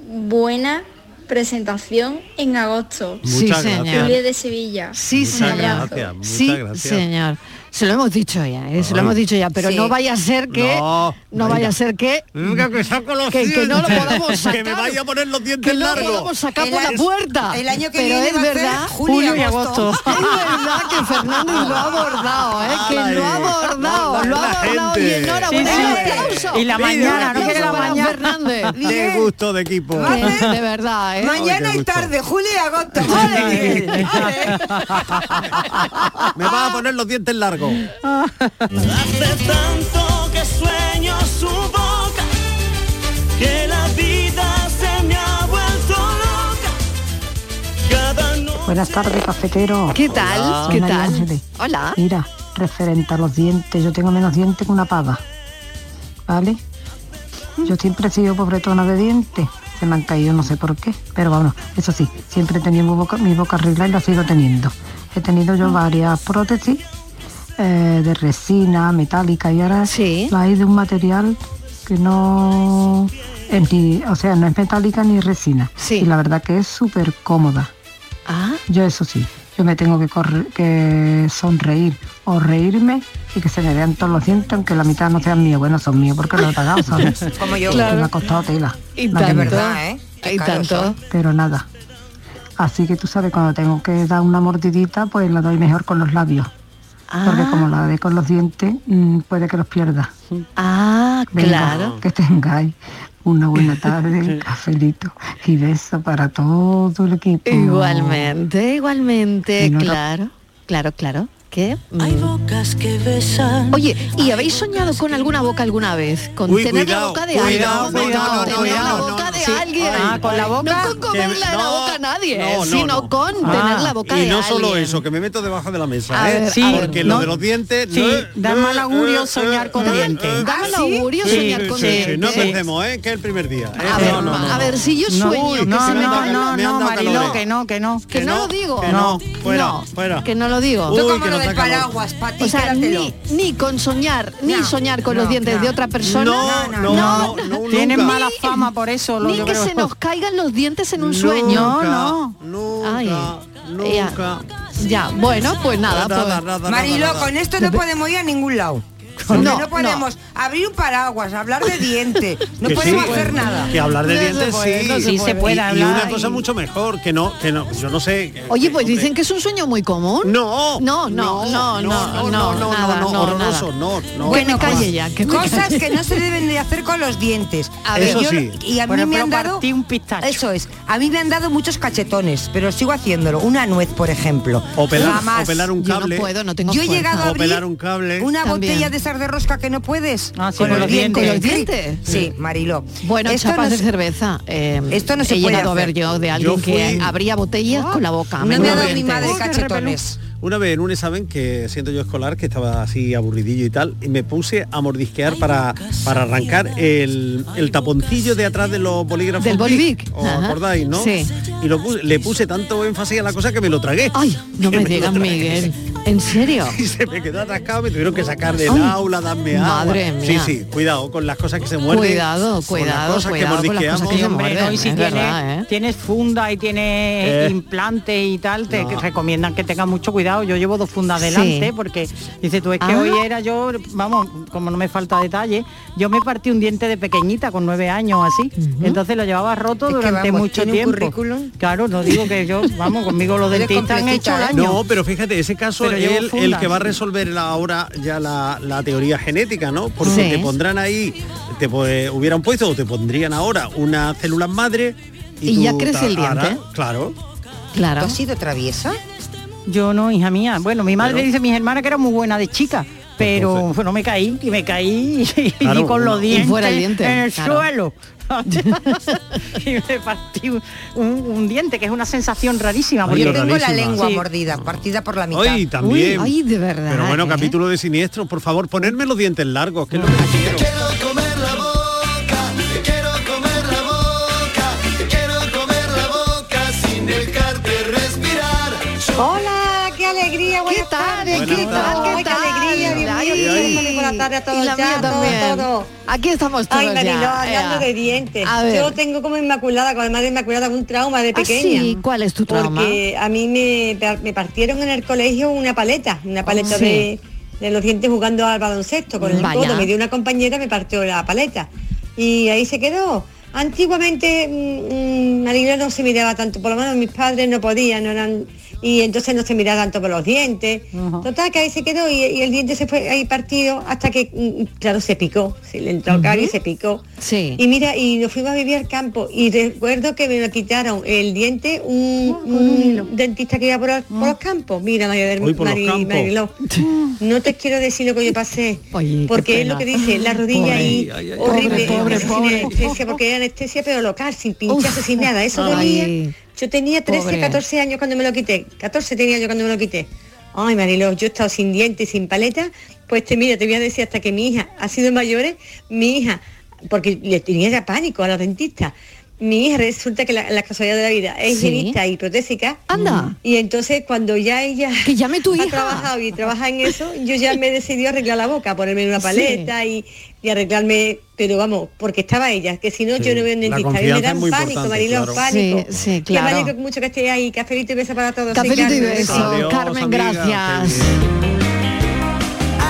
S12: buena presentación en agosto.
S1: Sí, Muchas señor. gracias.
S12: Julio de Sevilla.
S1: Sí, señor. sí, señor. Se lo hemos dicho ya, ¿eh? se lo
S12: Ay.
S1: hemos dicho ya, pero
S12: Sí.
S1: no vaya a ser que no,
S5: No,
S1: vaya a ser Mm, que
S5: Venga, que saco los
S1: que, que no lo
S5: dientes.
S1: podamos sacar.
S5: Que me vaya a poner los dientes
S1: que no lo
S5: largos.
S1: podamos sacar
S7: El
S1: por la
S7: año-
S1: puerta.
S7: el año que
S1: pero
S7: viene
S1: es
S7: va a ser
S1: verdad,
S7: julio y agosto.
S1: Es verdad que Fernández lo ha abordado, ¿eh? que
S7: Ala,
S1: lo ha
S7: eh.
S1: abordado. Os lo ha abordado y enhorabuena.
S6: Sí, sí.
S1: Un aplauso.
S6: Y la
S1: Pido
S6: mañana,
S1: un
S6: no quiere la
S1: aplauso para
S6: mañana.
S1: Fernández.
S5: Qué gusto de equipo.
S1: Que, De verdad, ¿eh?
S7: Mañana y tarde, julio y agosto.
S5: Me vas a poner los dientes largos.
S8: Hace tanto que sueño su boca, que la vida se me ha vuelto loca. Cada noche
S11: Buenas tardes, cafetero.
S1: ¿Qué tal?
S11: Soy
S1: ¿Qué
S11: María
S1: tal?
S11: Ángeles.
S1: Hola.
S11: Mira, referente a los dientes, yo tengo menos dientes que una pava. ¿Vale?
S1: Mm.
S11: Yo siempre he sido pobretona de dientes. Se me han caído, no sé por qué. Pero vamos, eso sí, siempre he tenido mi boca, mi boca arreglada y la sigo teniendo. He tenido
S1: Mm.
S11: yo varias prótesis eh, de resina, metálica y ahora la hay de un material que no es ni, o sea, no es metálica ni resina. Y la verdad que es súper cómoda.
S7: Ah.
S11: Yo eso sí, yo me tengo que, corre- que sonreír o reírme y que se me vean todos los dientes, aunque la mitad no sean míos. Bueno, son míos porque los he pagado, ¿sabes?
S7: Como yo.
S11: Que
S7: Claro.
S11: me ha costado tela.
S7: Y
S11: Madre
S7: tanto. De
S11: mía.
S7: verdad, ¿eh? Qué Y caros tanto. son.
S11: Pero nada. Así que tú sabes, cuando tengo que dar una mordidita, pues la doy mejor con los labios. Porque como la de con los dientes, mm, puede que los pierda.
S1: Ah, claro.
S11: Que tengáis una buena tarde, un cafelito y beso para todo el equipo.
S1: Igualmente, igualmente,
S11: Enhora-
S1: claro. Claro, claro. ¿Qué?
S8: hay bocas que besan.
S1: Oye, ¿y habéis soñado con alguna boca alguna vez? Con
S8: Uy,
S1: tener
S8: cuidado,
S1: la boca de
S8: cuidado,
S1: alguien.
S8: cuidado,
S1: con tener
S8: cuidado,
S1: la boca
S8: no, no,
S1: de
S8: sí.
S1: alguien.
S8: Ah, con la boca.
S1: No con comerla
S8: Que-
S1: de la
S8: no,
S1: boca a nadie,
S5: no, no,
S1: sino
S5: no. Ah,
S1: con tener la boca
S5: y
S1: de
S5: no
S1: alguien.
S5: solo eso, que me meto debajo de la mesa,
S1: A
S5: ¿eh?
S1: ver, a ver.
S5: porque
S1: No.
S5: lo de los dientes... Eh,
S6: Sí, da mal augurio soñar con
S5: dientes.
S6: dientes.
S1: Da mal augurio soñar con dientes.
S5: No pensemos, ¿eh? que es el primer día. ¿eh?
S1: A ver, a ver, si yo
S6: No,
S1: sueño que
S6: no,
S1: se me
S6: no,
S1: cae la-
S6: no,
S5: me han
S6: no,
S5: dado
S6: Mariló,
S5: calores.
S6: que no, que no.
S1: Que no, lo digo.
S5: que no, fuera, fuera.
S1: Que no lo digo.
S5: Tú Uy, como que lo nos del saca loco. paraguas,
S7: Pati,
S1: O sea,
S7: quédatelo.
S1: ni, ni con soñar, ni soñar con los dientes de otra persona.
S6: No, no, no, no, Tienen nunca. mala fama por eso, lo-
S1: Ni
S6: yo
S1: que
S6: creo.
S1: se nos caigan los dientes en un
S6: Nunca,
S1: sueño.
S6: No,
S1: Nunca, nunca. Ya, bueno, pues nada.
S7: Nada,
S1: pues.
S7: nada, nada, Mariló, nada. con esto no podemos ir a ningún lado.
S1: No,
S7: No,
S1: no.
S7: no podemos abrir un paraguas, hablar de dientes, no
S5: Que
S7: podemos
S5: sí,
S7: hacer nada.
S5: Que hablar de
S7: No se
S5: dientes
S7: puede,
S5: sí.
S7: no se Sí se puede.
S5: Y-
S7: puede
S5: Y,
S7: hablar
S5: una
S7: y-
S5: cosa mucho mejor, que no, que no, yo no sé. que-
S1: Oye, pues dicen que es un sueño muy común.
S5: No,
S1: no, no, no, no, no,
S5: no, no,
S1: nada,
S5: no,
S1: no,
S5: horroroso,
S1: nada.
S5: no, no.
S1: Bueno, me calle ya, que me
S7: pues, Cosas
S1: calle.
S7: que no se deben de hacer con los dientes.
S1: A ver.
S7: Y yo-
S1: Eso sí.
S7: Y a mí
S1: Bueno,
S7: me
S1: pero
S7: han dado
S1: partí
S7: un pistacho. Eso es. A mí me han dado muchos cachetones, pero sigo haciéndolo. Una nuez, por ejemplo.
S5: O pelar-
S7: Jamás.
S5: o pelar un Yo no cable. puedo, no tengo
S7: Yo he
S5: fuerza.
S7: llegado a
S5: O pelar
S7: abrir
S5: un cable.
S7: Una
S5: También.
S7: botella de esas de rosca que no puedes.
S1: Ah,
S6: Ah,
S1: sí, con los dientes. ¿Con los dientes?
S7: Sí, Mariló.
S1: Bueno,
S7: Esto
S1: chapas
S7: no
S1: de
S7: se-
S1: cerveza. eh,
S7: Esto no se
S1: he
S7: puede
S1: llegado a ver
S7: hacer.
S1: yo de
S7: Yo
S1: alguien que
S5: fui-
S1: abría botellas con la boca.
S7: No me ha
S1: menudo
S7: dado mi
S1: diente.
S7: madre cachetones.
S5: Una vez en un examen que siento yo escolar, que estaba así aburridillo y tal, y me puse a mordisquear para, para arrancar el, el taponcillo de atrás de los bolígrafos.
S1: Del Bolivic.
S5: ¿Os
S1: Ajá.
S5: acordáis, no?
S1: Sí.
S5: Y lo puse- le puse tanto énfasis a la cosa que me lo tragué.
S1: Ay, no
S5: Que
S1: me
S5: lo
S1: digas,
S5: tragué.
S1: Miguel. ¿En serio?
S5: Y se me quedó atascado, me tuvieron que sacar del
S1: Ay,
S5: aula, darme agua.
S1: madre mía.
S5: Sí, sí, cuidado con las cosas que se muerden.
S1: Cuidado,
S5: con las
S1: cuidado,
S5: cosas que
S1: cuidado con las cosas
S5: mordisqueamos.
S1: que se
S6: Hombre, no, y si
S1: es
S6: tienes,
S1: verdad, ¿eh?
S6: tienes funda y tienes
S5: Eh.
S6: implante y tal, te
S5: No.
S6: recomiendan que tengas mucho cuidado. Yo llevo dos fundas
S1: Sí.
S6: delante porque dice tú, es que
S1: Ah.
S6: hoy era yo, vamos, como no me falta detalle, yo me partí un diente de pequeñita con nueve años así. Entonces lo llevaba roto
S7: Es que,
S6: durante
S7: vamos,
S6: mucho
S7: tiene un
S6: tiempo. Claro, no digo que yo, vamos, conmigo los
S7: Eres
S6: dentistas han hecho
S7: completita, ¿eh?
S6: daño.
S5: No, pero fíjate, ese caso
S6: Pero
S5: es
S6: llevo
S5: el,
S6: fundas.
S5: el que va a resolver la- ahora ya la, la teoría genética, ¿no? Porque
S6: Sí.
S5: te pondrán ahí, te po- eh, hubieran puesto o te pondrían ahora unas células madre y,
S6: Y
S5: tú
S6: ya crece el
S5: ta- harás-
S6: diente.
S5: Claro.
S1: Claro.
S7: ¿Tú has sido traviesa?
S6: Yo no, hija mía. Bueno, mi madre
S5: Pero-
S6: dice mis hermanas que era muy buena de chica. Pero bueno, me caí y me caí y,
S5: Claro,
S6: con los
S5: una-
S6: dientes
S5: Y fuera el diente,
S6: en el
S5: claro.
S6: suelo. y me partí un, un- un diente, que es una sensación rarísima.
S5: Oye,
S6: porque
S5: Yo tengo la rarísima. lengua
S7: mordida, partida por la
S5: Ay, también.
S1: Ay, de verdad.
S5: Pero bueno,
S1: ¿eh?
S5: capítulo de siniestros, por favor, ponerme los dientes largos, que es lo que quiero.
S8: Te quiero comer la boca, te quiero comer la boca sin dejarte respirar.
S13: Hola, qué alegría, buenas tardes.
S1: Buenas ¿qué tal, qué
S13: Ay, qué
S1: tal?
S13: alegría,
S1: Ay,
S13: bienvenido.
S1: ay.
S13: Muy Buenas tardes a todos
S1: Y la
S13: ya,
S1: mía
S13: a todos,
S1: también.
S13: todos.
S1: Aquí estamos todos
S13: Ay, Mariló,
S1: ya,
S13: hablando
S1: ea.
S13: de dientes.
S1: A ver.
S13: Yo tengo como inmaculada, con la madre inmaculada, un trauma de
S1: Ah,
S13: pequeña.
S1: sí, ¿cuál es tu trauma?
S13: Porque a mí me, me partieron en el colegio una paleta, una paleta
S1: Oh, Sí.
S13: de, de los dientes jugando al baloncesto con el
S1: Vaya.
S13: codo. Me dio una compañera, me partió la paleta. Y ahí se quedó. Antiguamente mm, mm, Mariló no se miraba tanto, por lo menos mis padres no podían, no eran y entonces no se miraba tanto por los dientes. Total, que ahí se quedó y, y el diente se fue ahí partido hasta que, mm, claro, se picó, se le entró
S1: Ujú.
S13: caries y se picó.
S1: Sí.
S13: Y mira, y nos fuimos a vivir al campo y recuerdo que me lo quitaron el diente un,
S1: Oh,
S13: un dentista que iba
S1: Ah.
S13: por, los- por los campos. Mira, María del
S1: Uy, por los campos.
S13: Mariló, no te quiero decir lo que yo pasé,
S1: Oye, qué
S13: porque es
S1: pena.
S13: lo que dice, la rodilla ahí,
S1: Ay, ay, ay,
S13: horrible,
S1: pobre,
S13: eso sin
S1: pobre,
S13: anestesia, porque era anestesia pero local, sin pinchazo,
S1: Uf,
S13: sin nada, eso
S1: ay.
S13: dolía. Yo tenía 13,
S1: Pobre.
S13: 14 años cuando me lo quité, 14 tenía yo cuando me lo quité. Ay, Mariló, yo he estado sin dientes, sin paleta, pues te mira, te voy a decir hasta que mi hija ha sido mayores, mi hija, porque le tenía ya pánico a los dentistas. Mi hija resulta que la, la casualidad de la vida es
S1: Sí.
S13: higienista y protésica.
S1: Anda.
S13: Y entonces cuando ya ella
S1: Que llame tu
S13: ha
S1: hija.
S13: trabajado y trabaja en eso, yo ya me decidí a arreglar la boca, ponerme una paleta y, y arreglarme, pero vamos, porque estaba ella, que si no
S1: Sí.
S13: yo no veo un
S1: La
S13: dentista, a mí me
S1: confianza
S13: dan
S1: es muy
S13: pánico,
S1: importante,
S13: Marilón,
S1: claro.
S13: pánico.
S1: Sí, sí, claro.
S13: Qué pánico mucho que esté ahí, cafelito y beso para todos. soy
S1: Cafelito y
S13: Carmen.
S1: beso.
S13: Adiós,
S1: Carmen,
S13: amiga.
S1: gracias.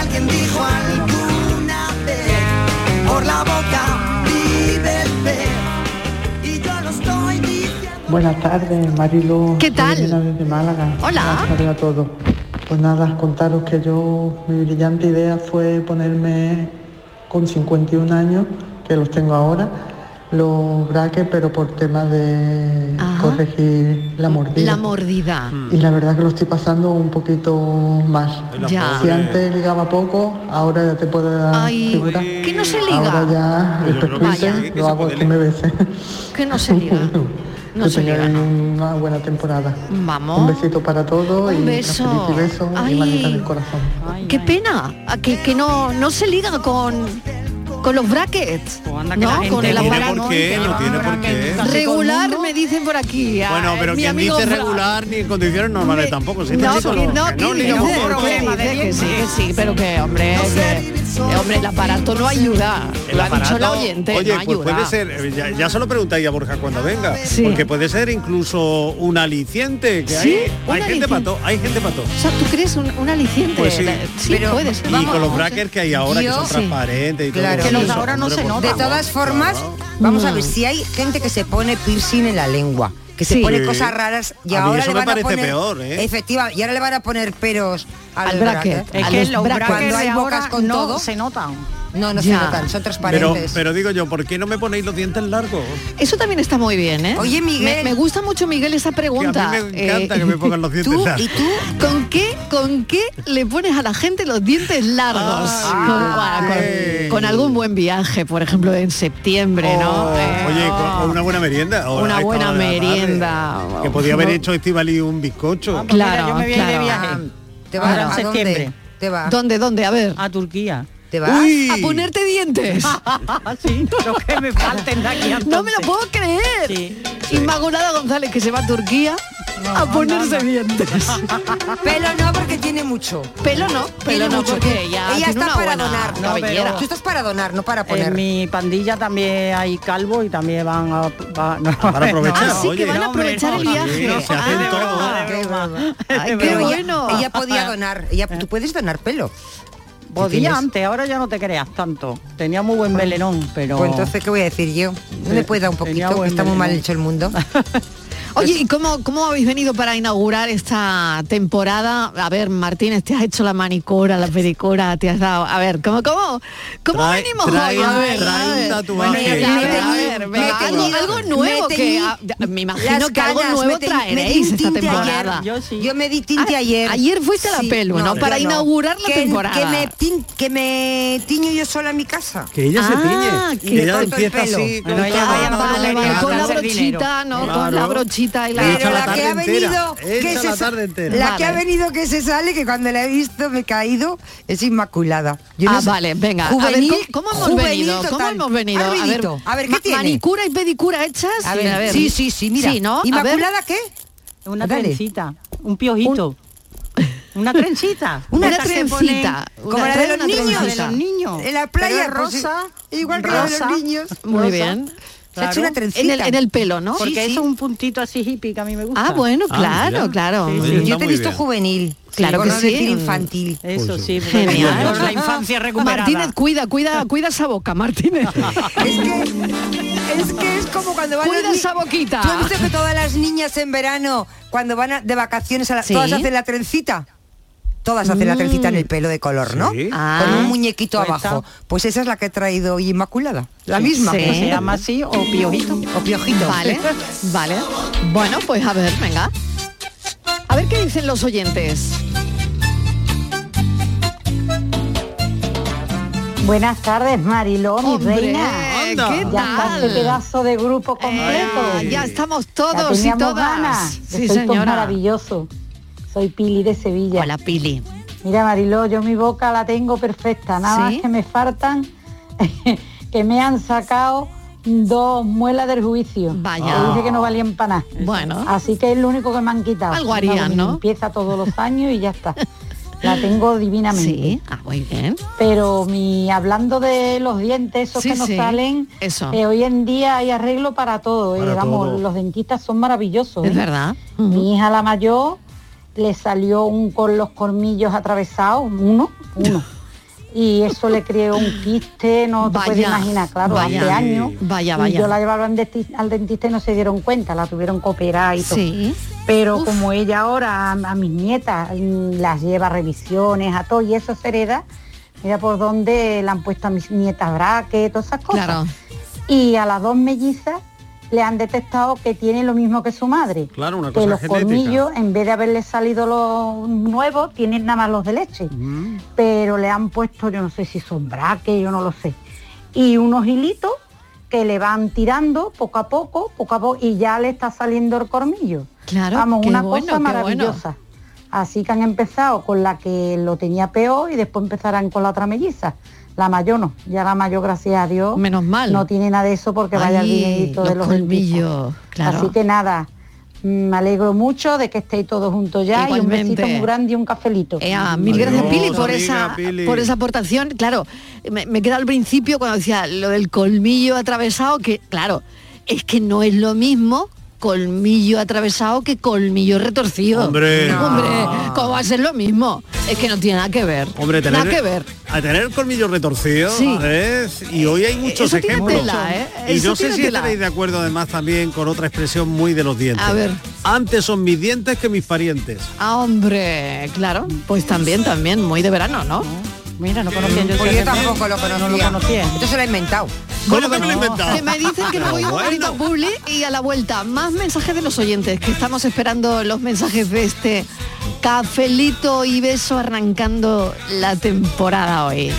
S3: Alguien dijo alguna vez, por la boca vive el pez. Y yo lo estoy diciendo.
S10: Buenas tardes, Marilo.
S3: ¿Qué tal?
S10: Soy Elena desde Málaga.
S3: Hola.
S10: Buenas tardes a todos. Pues nada, contaros que yo, mi brillante idea fue ponerme con 51 años, que los tengo ahora, los braques, pero por tema de corregir la mordida.
S1: La mordida.
S10: y la verdad que lo estoy pasando un poquito más.
S1: la Ya.
S10: Si
S1: pobre.
S10: antes ligaba poco, ahora ya te puedo dar
S1: Ay,
S10: figura.
S1: que no se liga.
S10: Ahora ya,
S1: Yo
S10: estos
S1: creo que sí,
S10: Twitter
S1: que
S10: lo
S1: se
S10: hago
S1: puede
S10: que me besen.
S1: Que no se liga. No
S10: que
S1: se liga,
S10: tengáis una buena temporada.
S1: Vamos.
S10: Un besito para todos y
S1: Un
S10: una
S1: beso.
S10: feliz beso y
S1: Ay.
S10: manita del corazón.
S1: Qué pena a que, que no, no se liga con, con los brackets.
S5: que la
S1: ¿no?
S5: gente
S1: Con el
S5: no tiene
S1: aparato.
S5: por qué, no tiene por qué.
S1: Regular me dicen por aquí. ay,
S5: Bueno, pero
S1: mi
S5: quien
S1: amigo
S5: dice
S1: Fra-
S5: regular ni en condiciones normales tampoco. Si este
S1: No,
S5: chico
S1: que no,
S5: que no
S1: que
S5: liga
S1: dice,
S5: poco.
S1: que dice que sí, que sí, pero que hombre, que- eh, hombre, el aparato no ayuda.
S5: El
S1: Lo ha dicho la
S5: aparato,
S1: oyente,
S5: oye,
S1: no
S5: pues
S1: ayuda.
S5: puede ser, eh, ya, ya se lo preguntáis a Borja cuando venga,
S1: Sí.
S5: porque puede ser incluso un aliciente, que
S1: Sí,
S5: hay,
S1: un
S5: hay gente
S1: aliciente.
S5: pato, hay gente pato.
S1: O sea, ¿tú crees un, un aliciente?
S5: Pues sí.
S1: La-
S5: Pero-
S1: puede ser.
S5: Y
S1: Vamos,
S5: con los
S1: vamos a-
S5: brackets que hay ahora, que
S7: Yo-
S5: son
S7: Sí.
S5: transparentes y todo
S7: Claro.
S5: eso.
S7: De todas formas, vamos a ver si hay gente que se pone piercing en la lengua, que se
S5: Sí.
S7: pone
S5: Sí.
S7: cosas raras y
S5: A mí
S7: ahora
S5: eso
S7: le
S5: me
S7: van a
S5: parece
S7: poner
S5: peor, ¿eh?
S7: efectiva y ahora le van a poner peros al,
S6: Al bracket,
S7: bracket.
S6: es que los brackets
S7: cuando hay
S6: de
S7: bocas
S6: ahora
S7: con
S6: no
S7: todo
S6: se notan.
S7: No, no se
S6: Ya.
S7: notan,
S5: pero,
S7: son transparentes.
S5: pero digo yo, ¿por qué no me ponéis los dientes largos?
S1: Eso también está muy bien, ¿eh?
S7: Oye, Miguel.
S1: Me, me gusta mucho, Miguel, esa pregunta.
S5: Que
S1: eh,
S5: a mí me encanta que me pongan los dientes
S1: ¿tú,
S5: largos.
S1: ¿Y tú? ¿Con qué, ¿Con qué le pones a la gente los dientes largos? con, con- con algún buen viaje, por ejemplo, en septiembre, ¿no? Eh,
S5: Oye, con- con una buena merienda. ahora
S1: Una
S5: a esta
S1: buena
S5: hora de la tarde,
S1: merienda.
S5: Que podía haber hecho Estivali un bizcocho.
S1: pues mira, Claro, yo me voy a ir de claro. viaje.
S7: ¿Te
S1: vas a dónde?
S7: ¿Te vas?
S1: ¿Dónde, dónde? A ver.
S6: A Turquía.
S7: ¿Te
S6: vas?
S1: A ponerte dientes.
S6: sí, lo que me falten de aquí a
S1: No me lo puedo creer. Inmaculada González que se va a Turquía a ponerse dientes.
S7: Pelo no porque tiene mucho.
S1: Pelo no,
S7: Tiene
S1: pelo no
S7: mucho.
S1: porque ella,
S7: Ella
S1: tiene
S7: está
S1: una
S7: para
S1: buena
S7: donar, no,
S1: cabellera.
S7: pero- Tú estás para donar, no para
S6: En
S7: poner.
S6: mi pandilla también hay calvo y también van a... va- no,
S5: Van a aprovechar,
S6: Así
S5: oye.
S6: no, hombre, no, sí, no,
S5: se hacen
S6: ah,
S5: todo.
S7: Qué broma.
S6: Ay,
S7: Pero
S6: qué
S7: ella-
S6: bueno. Eh.
S7: Ella podía donar. Ella, tú puedes donar pelo.
S6: Podía
S7: tienes?
S6: antes, ahora ya no te creas tanto. Tenía muy buen melenón, pero...
S7: Pues entonces, ¿qué voy a decir yo? No le puedes dar un
S1: Ah,
S7: poquito, que
S6: buen
S7: está muy mal
S6: veneno.
S7: hecho el mundo.
S1: Oye, ¿y cómo, cómo habéis venido para inaugurar esta temporada? A ver, Martínez, te has hecho la manicura, la pedicura, te has dado... A ver, ¿cómo, cómo, cómo
S5: Trae-
S1: venimos
S5: trae
S1: hoy? A
S5: un-
S1: ver,
S5: trae
S1: a
S5: un
S1: ver.
S5: tatuaje.
S1: Venga,
S5: Me
S1: a
S5: he
S1: ver, a
S5: teñido-
S1: ver,
S5: me he
S1: venga, algo,
S5: teñido-
S1: algo nuevo
S7: me he
S1: que...
S7: teñido
S1: ah, Me imagino
S7: las
S1: que algo
S7: canas,
S1: nuevo
S7: me teñí- me di
S1: traeréis
S7: un
S1: esta
S7: tinte
S1: temporada.
S7: ayer. Yo, me di tinte
S1: Ah,
S7: ayer.
S1: ayer fuiste a la pelo, ¿no?
S7: yo
S1: Para inaugurar la
S7: Que-
S1: temporada.
S7: Que me, tin- que me tiño yo sola en mi casa.
S5: Que ella se Ah, tiñe, que que ella
S7: corto el
S5: empieza
S7: pelo.
S5: así, con
S1: Ah, vale, vale, con la brochita, ¿no? Con la
S5: Claro.
S1: brochita y la...
S7: Pero la, que ha
S5: entera,
S7: venido, que
S5: hecha la
S7: sa-
S5: tarde entera.
S7: la que ha
S5: Vale.
S7: venido que se sale, que cuando la he visto me he caído, es inmaculada. Yo no
S1: ah,
S7: sé-
S1: vale, venga. a ver,
S7: Juvenil-
S1: ¿cómo- ¿cómo, hemos
S7: juvenil
S1: venido? ¿Cómo
S7: total.
S1: hemos venido? A ver,
S7: Arvidito. A ver, ¿qué
S1: ma-
S7: tiene?
S1: Manicura y pedicura hechas.
S7: A ver, sí, sí, sí, mira.
S1: Sí, ¿no? A ver. Ah,
S7: ¿Inmaculada qué?
S6: Una
S7: Dale.
S6: trencita, un piojito. Una trencita.
S7: Una
S6: Estas que
S7: trencita,
S6: ponen-
S7: una Como la de los
S6: trencita.
S7: niños.
S6: De los niños.
S7: En la playa,
S6: Pero es
S7: pues,
S6: rosa.
S7: igual que la de los
S6: rosa,
S7: niños.
S1: Muy
S6: rosa.
S1: bien. Se ha hecho
S6: Claro.
S1: una trencita. En el- en el pelo, ¿no?
S6: Porque
S1: Sí,
S6: eso
S1: sí.
S6: es un puntito así hippie que a mí me gusta.
S1: Ah, bueno, Ah, claro, mira. claro. Sí, sí. Está
S7: Yo te he
S1: muy
S7: visto
S1: bien.
S7: juvenil.
S1: Claro
S7: por
S1: que
S7: no
S1: sí.
S7: decir infantil.
S6: Eso sí, porque
S1: Genial.
S6: la infancia recuperada.
S1: Martínez, cuida, cuida, cuida esa boca, Martínez.
S7: Es que es como cuando van
S1: Cuida
S7: los ni-
S1: esa boquita.
S7: Tú has visto que todas las niñas niñas en verano cuando van a- de vacaciones a la,
S1: Sí. Mm.
S7: todas hacen la trencita? Todas hacen la trencita en el pelo de color, ¿no?
S6: Sí.
S7: Con
S6: Ah.
S7: un muñequito
S6: Pues
S7: abajo. Pues esa es la que he traído hoy Inmaculada. La
S6: Sí.
S7: misma.
S6: Sí. Se llama
S7: así o piojito. O piojito.
S1: Vale, vale. Bueno, pues a ver, venga. A ver qué dicen los oyentes.
S14: Buenas tardes, Mariló, mi
S1: Hombre, ¿eh?
S14: reina.
S1: ¿qué Anda.
S14: Ya está
S1: tal?
S14: este pedazo de grupo completo.
S1: Ay, ya estamos
S14: Ya
S1: todos y
S14: teníamos
S1: todas.
S14: ganas.
S1: Sí,
S14: Estoy con
S1: señora.
S14: maravilloso. Soy Pili de Sevilla.
S1: Hola, Pili.
S14: Mira, Mariló, yo mi boca la tengo perfecta. Nada
S1: ¿Sí?
S14: más que me faltan que me han sacado dos muelas del juicio.
S1: Vaya.
S14: Que dice que no valían para nada.
S1: Bueno.
S14: Así que es lo único que me han quitado.
S1: Algo harían,
S14: Una
S1: ¿no?
S14: Empieza todos los años y ya está. La tengo divinamente.
S1: Sí, ah, muy bien.
S14: Pero mi hablando de los dientes, esos
S1: Sí,
S14: que nos
S1: sí,
S14: salen,
S1: eso.
S14: eh, hoy en día hay arreglo para todo. eh,
S1: Para
S14: vamos,
S1: todo.
S14: los dentistas son maravillosos.
S1: Es
S14: eh.
S1: verdad.
S14: Mi hija la mayor le salió un con los cornillos atravesados, uno, uno. Y eso le creó un quiste, no te
S1: Vaya,
S14: puedes imaginar, claro,
S1: vaya.
S14: hace años.
S1: Vaya,
S14: Y
S1: vaya.
S14: yo la llevaba al, denti- al dentista y no se dieron cuenta, la tuvieron que operar y todo.
S1: Sí.
S14: Pero
S1: Uf.
S14: como ella ahora a, a mis nietas mm, las lleva a revisiones, a todo, y eso se hereda, mira por dónde le han puesto a mis nietas braque, todas esas cosas. Y a las dos mellizas le han detectado que tiene lo mismo que su madre.
S5: Claro, una
S14: que
S5: cosa
S14: los
S5: genética.
S14: colmillos, en vez de haberle salido los nuevos, tienen nada más los de leche.
S5: Mm.
S14: Pero le han puesto, yo no sé si son braques, yo no lo sé. Y unos hilitos que le van tirando poco a poco, poco a poco, y ya le está saliendo el cornillo.
S1: Claro,
S14: Vamos,
S1: qué
S14: una
S1: bueno,
S14: cosa
S1: qué bueno.
S14: maravillosa. Así que han empezado con la que lo tenía peor y después empezarán con la otra melliza. La mayor no, ya la mayor, gracias a Dios.
S1: Menos mal.
S14: No tiene nada de eso porque vaya el
S1: Ay,
S14: dinerito de
S1: los
S14: los dentistas.
S1: colmillos, claro.
S14: Así que nada, mm, me alegro mucho de que estéis todos juntos ya y un
S1: Igualmente.
S14: besito muy grande y un cafelito.
S1: Ah, mil gracias Pili por esa por esa aportación. Claro, me, me queda al principio cuando decía lo del colmillo atravesado, que claro, es que no es lo mismo colmillo atravesado que colmillo retorcido.
S5: Hombre. No.
S1: Hombre, ¿cómo va a ser lo mismo? Es que no tiene nada que ver.
S5: Hombre, tener,
S1: nada que ver.
S5: A tener colmillos retorcidos,
S1: Sí.
S5: ¿ves? Y hoy hay muchos
S1: eso tiene
S5: ejemplos.
S1: tela, ¿eh?
S5: Y
S1: Eso
S5: yo sé
S1: tiene
S5: si
S1: tela.
S5: estaréis de acuerdo además también con otra expresión muy de los dientes.
S1: A ver.
S5: Antes son mis dientes que mis parientes.
S1: Ah, hombre, claro, pues también, también, muy de verano, ¿no?
S6: Mira, no
S1: conocía yo
S7: Pues yo
S1: ese refrán.
S7: tampoco lo conocía.
S1: No lo conocía.
S7: Esto se lo ha inventado.
S5: ¿Cómo que me lo he inventado?
S1: Que me dicen que me
S5: Pero
S1: voy a un
S5: bueno.
S1: momento publi y a la vuelta más mensajes de los oyentes, que estamos esperando los mensajes de este cafelito y beso arrancando la temporada hoy.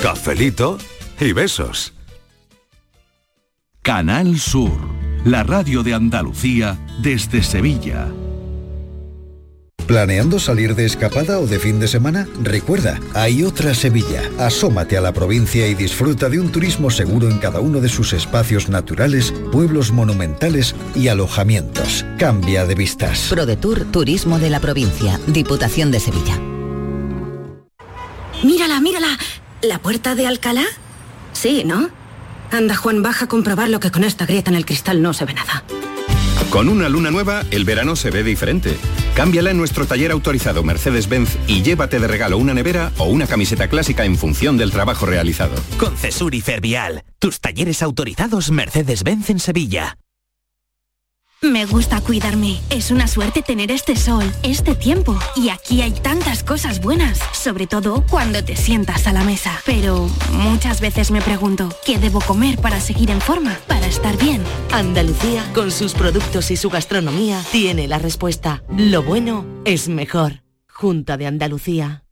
S15: Cafelito y besos.
S16: Canal Sur, la radio de Andalucía desde Sevilla.
S17: ¿Planeando salir de escapada o de fin de semana? Recuerda, hay otra Sevilla. Asómate a la provincia y disfruta de un turismo seguro en cada uno de sus espacios naturales, pueblos monumentales y alojamientos. Cambia de vistas.
S18: ProDetour Turismo de la Provincia, Diputación de Sevilla.
S19: Mírala, mírala. ¿La puerta de Alcalá? Sí, ¿no? Anda, Juan, baja a comprobar lo que con esta grieta en el cristal no se ve nada.
S15: Con una luna nueva, el verano se ve diferente. Cámbiala en nuestro taller autorizado Mercedes-Benz y llévate de regalo una nevera o una camiseta clásica en función del trabajo realizado.
S20: Con Cesuri Fervial, tus talleres autorizados Mercedes-Benz en Sevilla.
S21: Me gusta cuidarme. Es una suerte tener este sol, este tiempo. Y aquí hay tantas cosas buenas, sobre todo cuando te sientas a la mesa. Pero muchas veces me pregunto, ¿qué debo comer para seguir en forma, para estar bien?
S22: Andalucía, con sus productos y su gastronomía, tiene la respuesta. Lo bueno es mejor. Junta de Andalucía.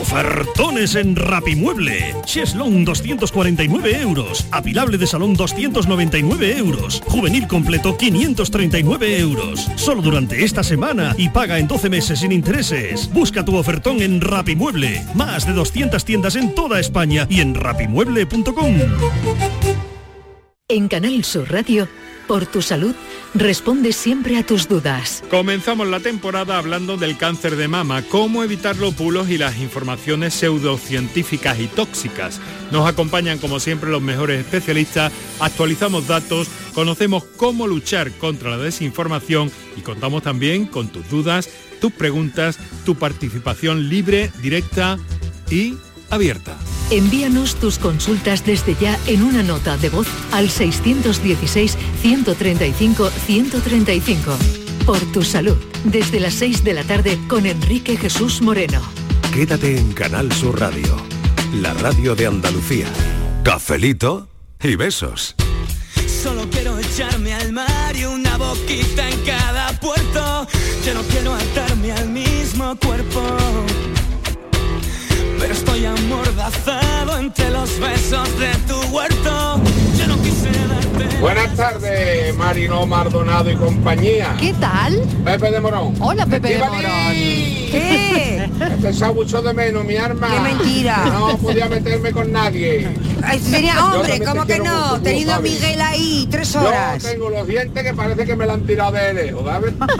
S23: Ofertones en Rapimueble. Cheslong 249 euros. Apilable de salón 299 euros. Juvenil completo 539 euros. Solo durante esta semana y paga en 12 meses sin intereses. Busca tu ofertón en Rapimueble. Más de 200 tiendas en toda España y en rapimueble.com.
S24: En Canal Sur Radio, por tu salud, responde siempre a tus dudas.
S25: Comenzamos la temporada hablando del cáncer de mama, cómo evitar los bulos y las informaciones pseudocientíficas y tóxicas. Nos acompañan como siempre los mejores especialistas, actualizamos datos, conocemos cómo luchar contra la desinformación y contamos también con tus dudas, tus preguntas, tu participación libre, directa y abierta.
S24: Envíanos tus consultas desde ya en una nota de voz al 616-135-135. Por tu salud, desde las 6 de la tarde con Enrique Jesús Moreno.
S26: Quédate en Canal Sur Radio, la radio de Andalucía. Cafelito y besos.
S3: Solo quiero echarme al mar y una boquita en cada puerto. Ya no quiero atarme al mismo cuerpo. Pero estoy amordazado entre los besos de tu huerto. Ya no quise darte.
S27: Buenas tardes, Marino Mardonado y compañía.
S1: ¿Qué tal?
S27: Pepe de Morón.
S1: Hola, Pepe de
S27: Estivali.
S1: Morón.
S27: ¿Qué? Empezaba mucho de menos, mi arma.
S7: Qué mentira.
S27: No podía meterme con nadie.
S7: Ay, tenía-
S27: Yo
S7: hombre,
S27: también
S7: ¿cómo
S27: te
S7: que
S27: quiero
S7: no?
S27: mucho,
S7: Tenido a
S27: Javi.
S7: Miguel ahí tres horas.
S27: Yo tengo los dientes que parece que me la han tirado de lejos, ¿sabes? Así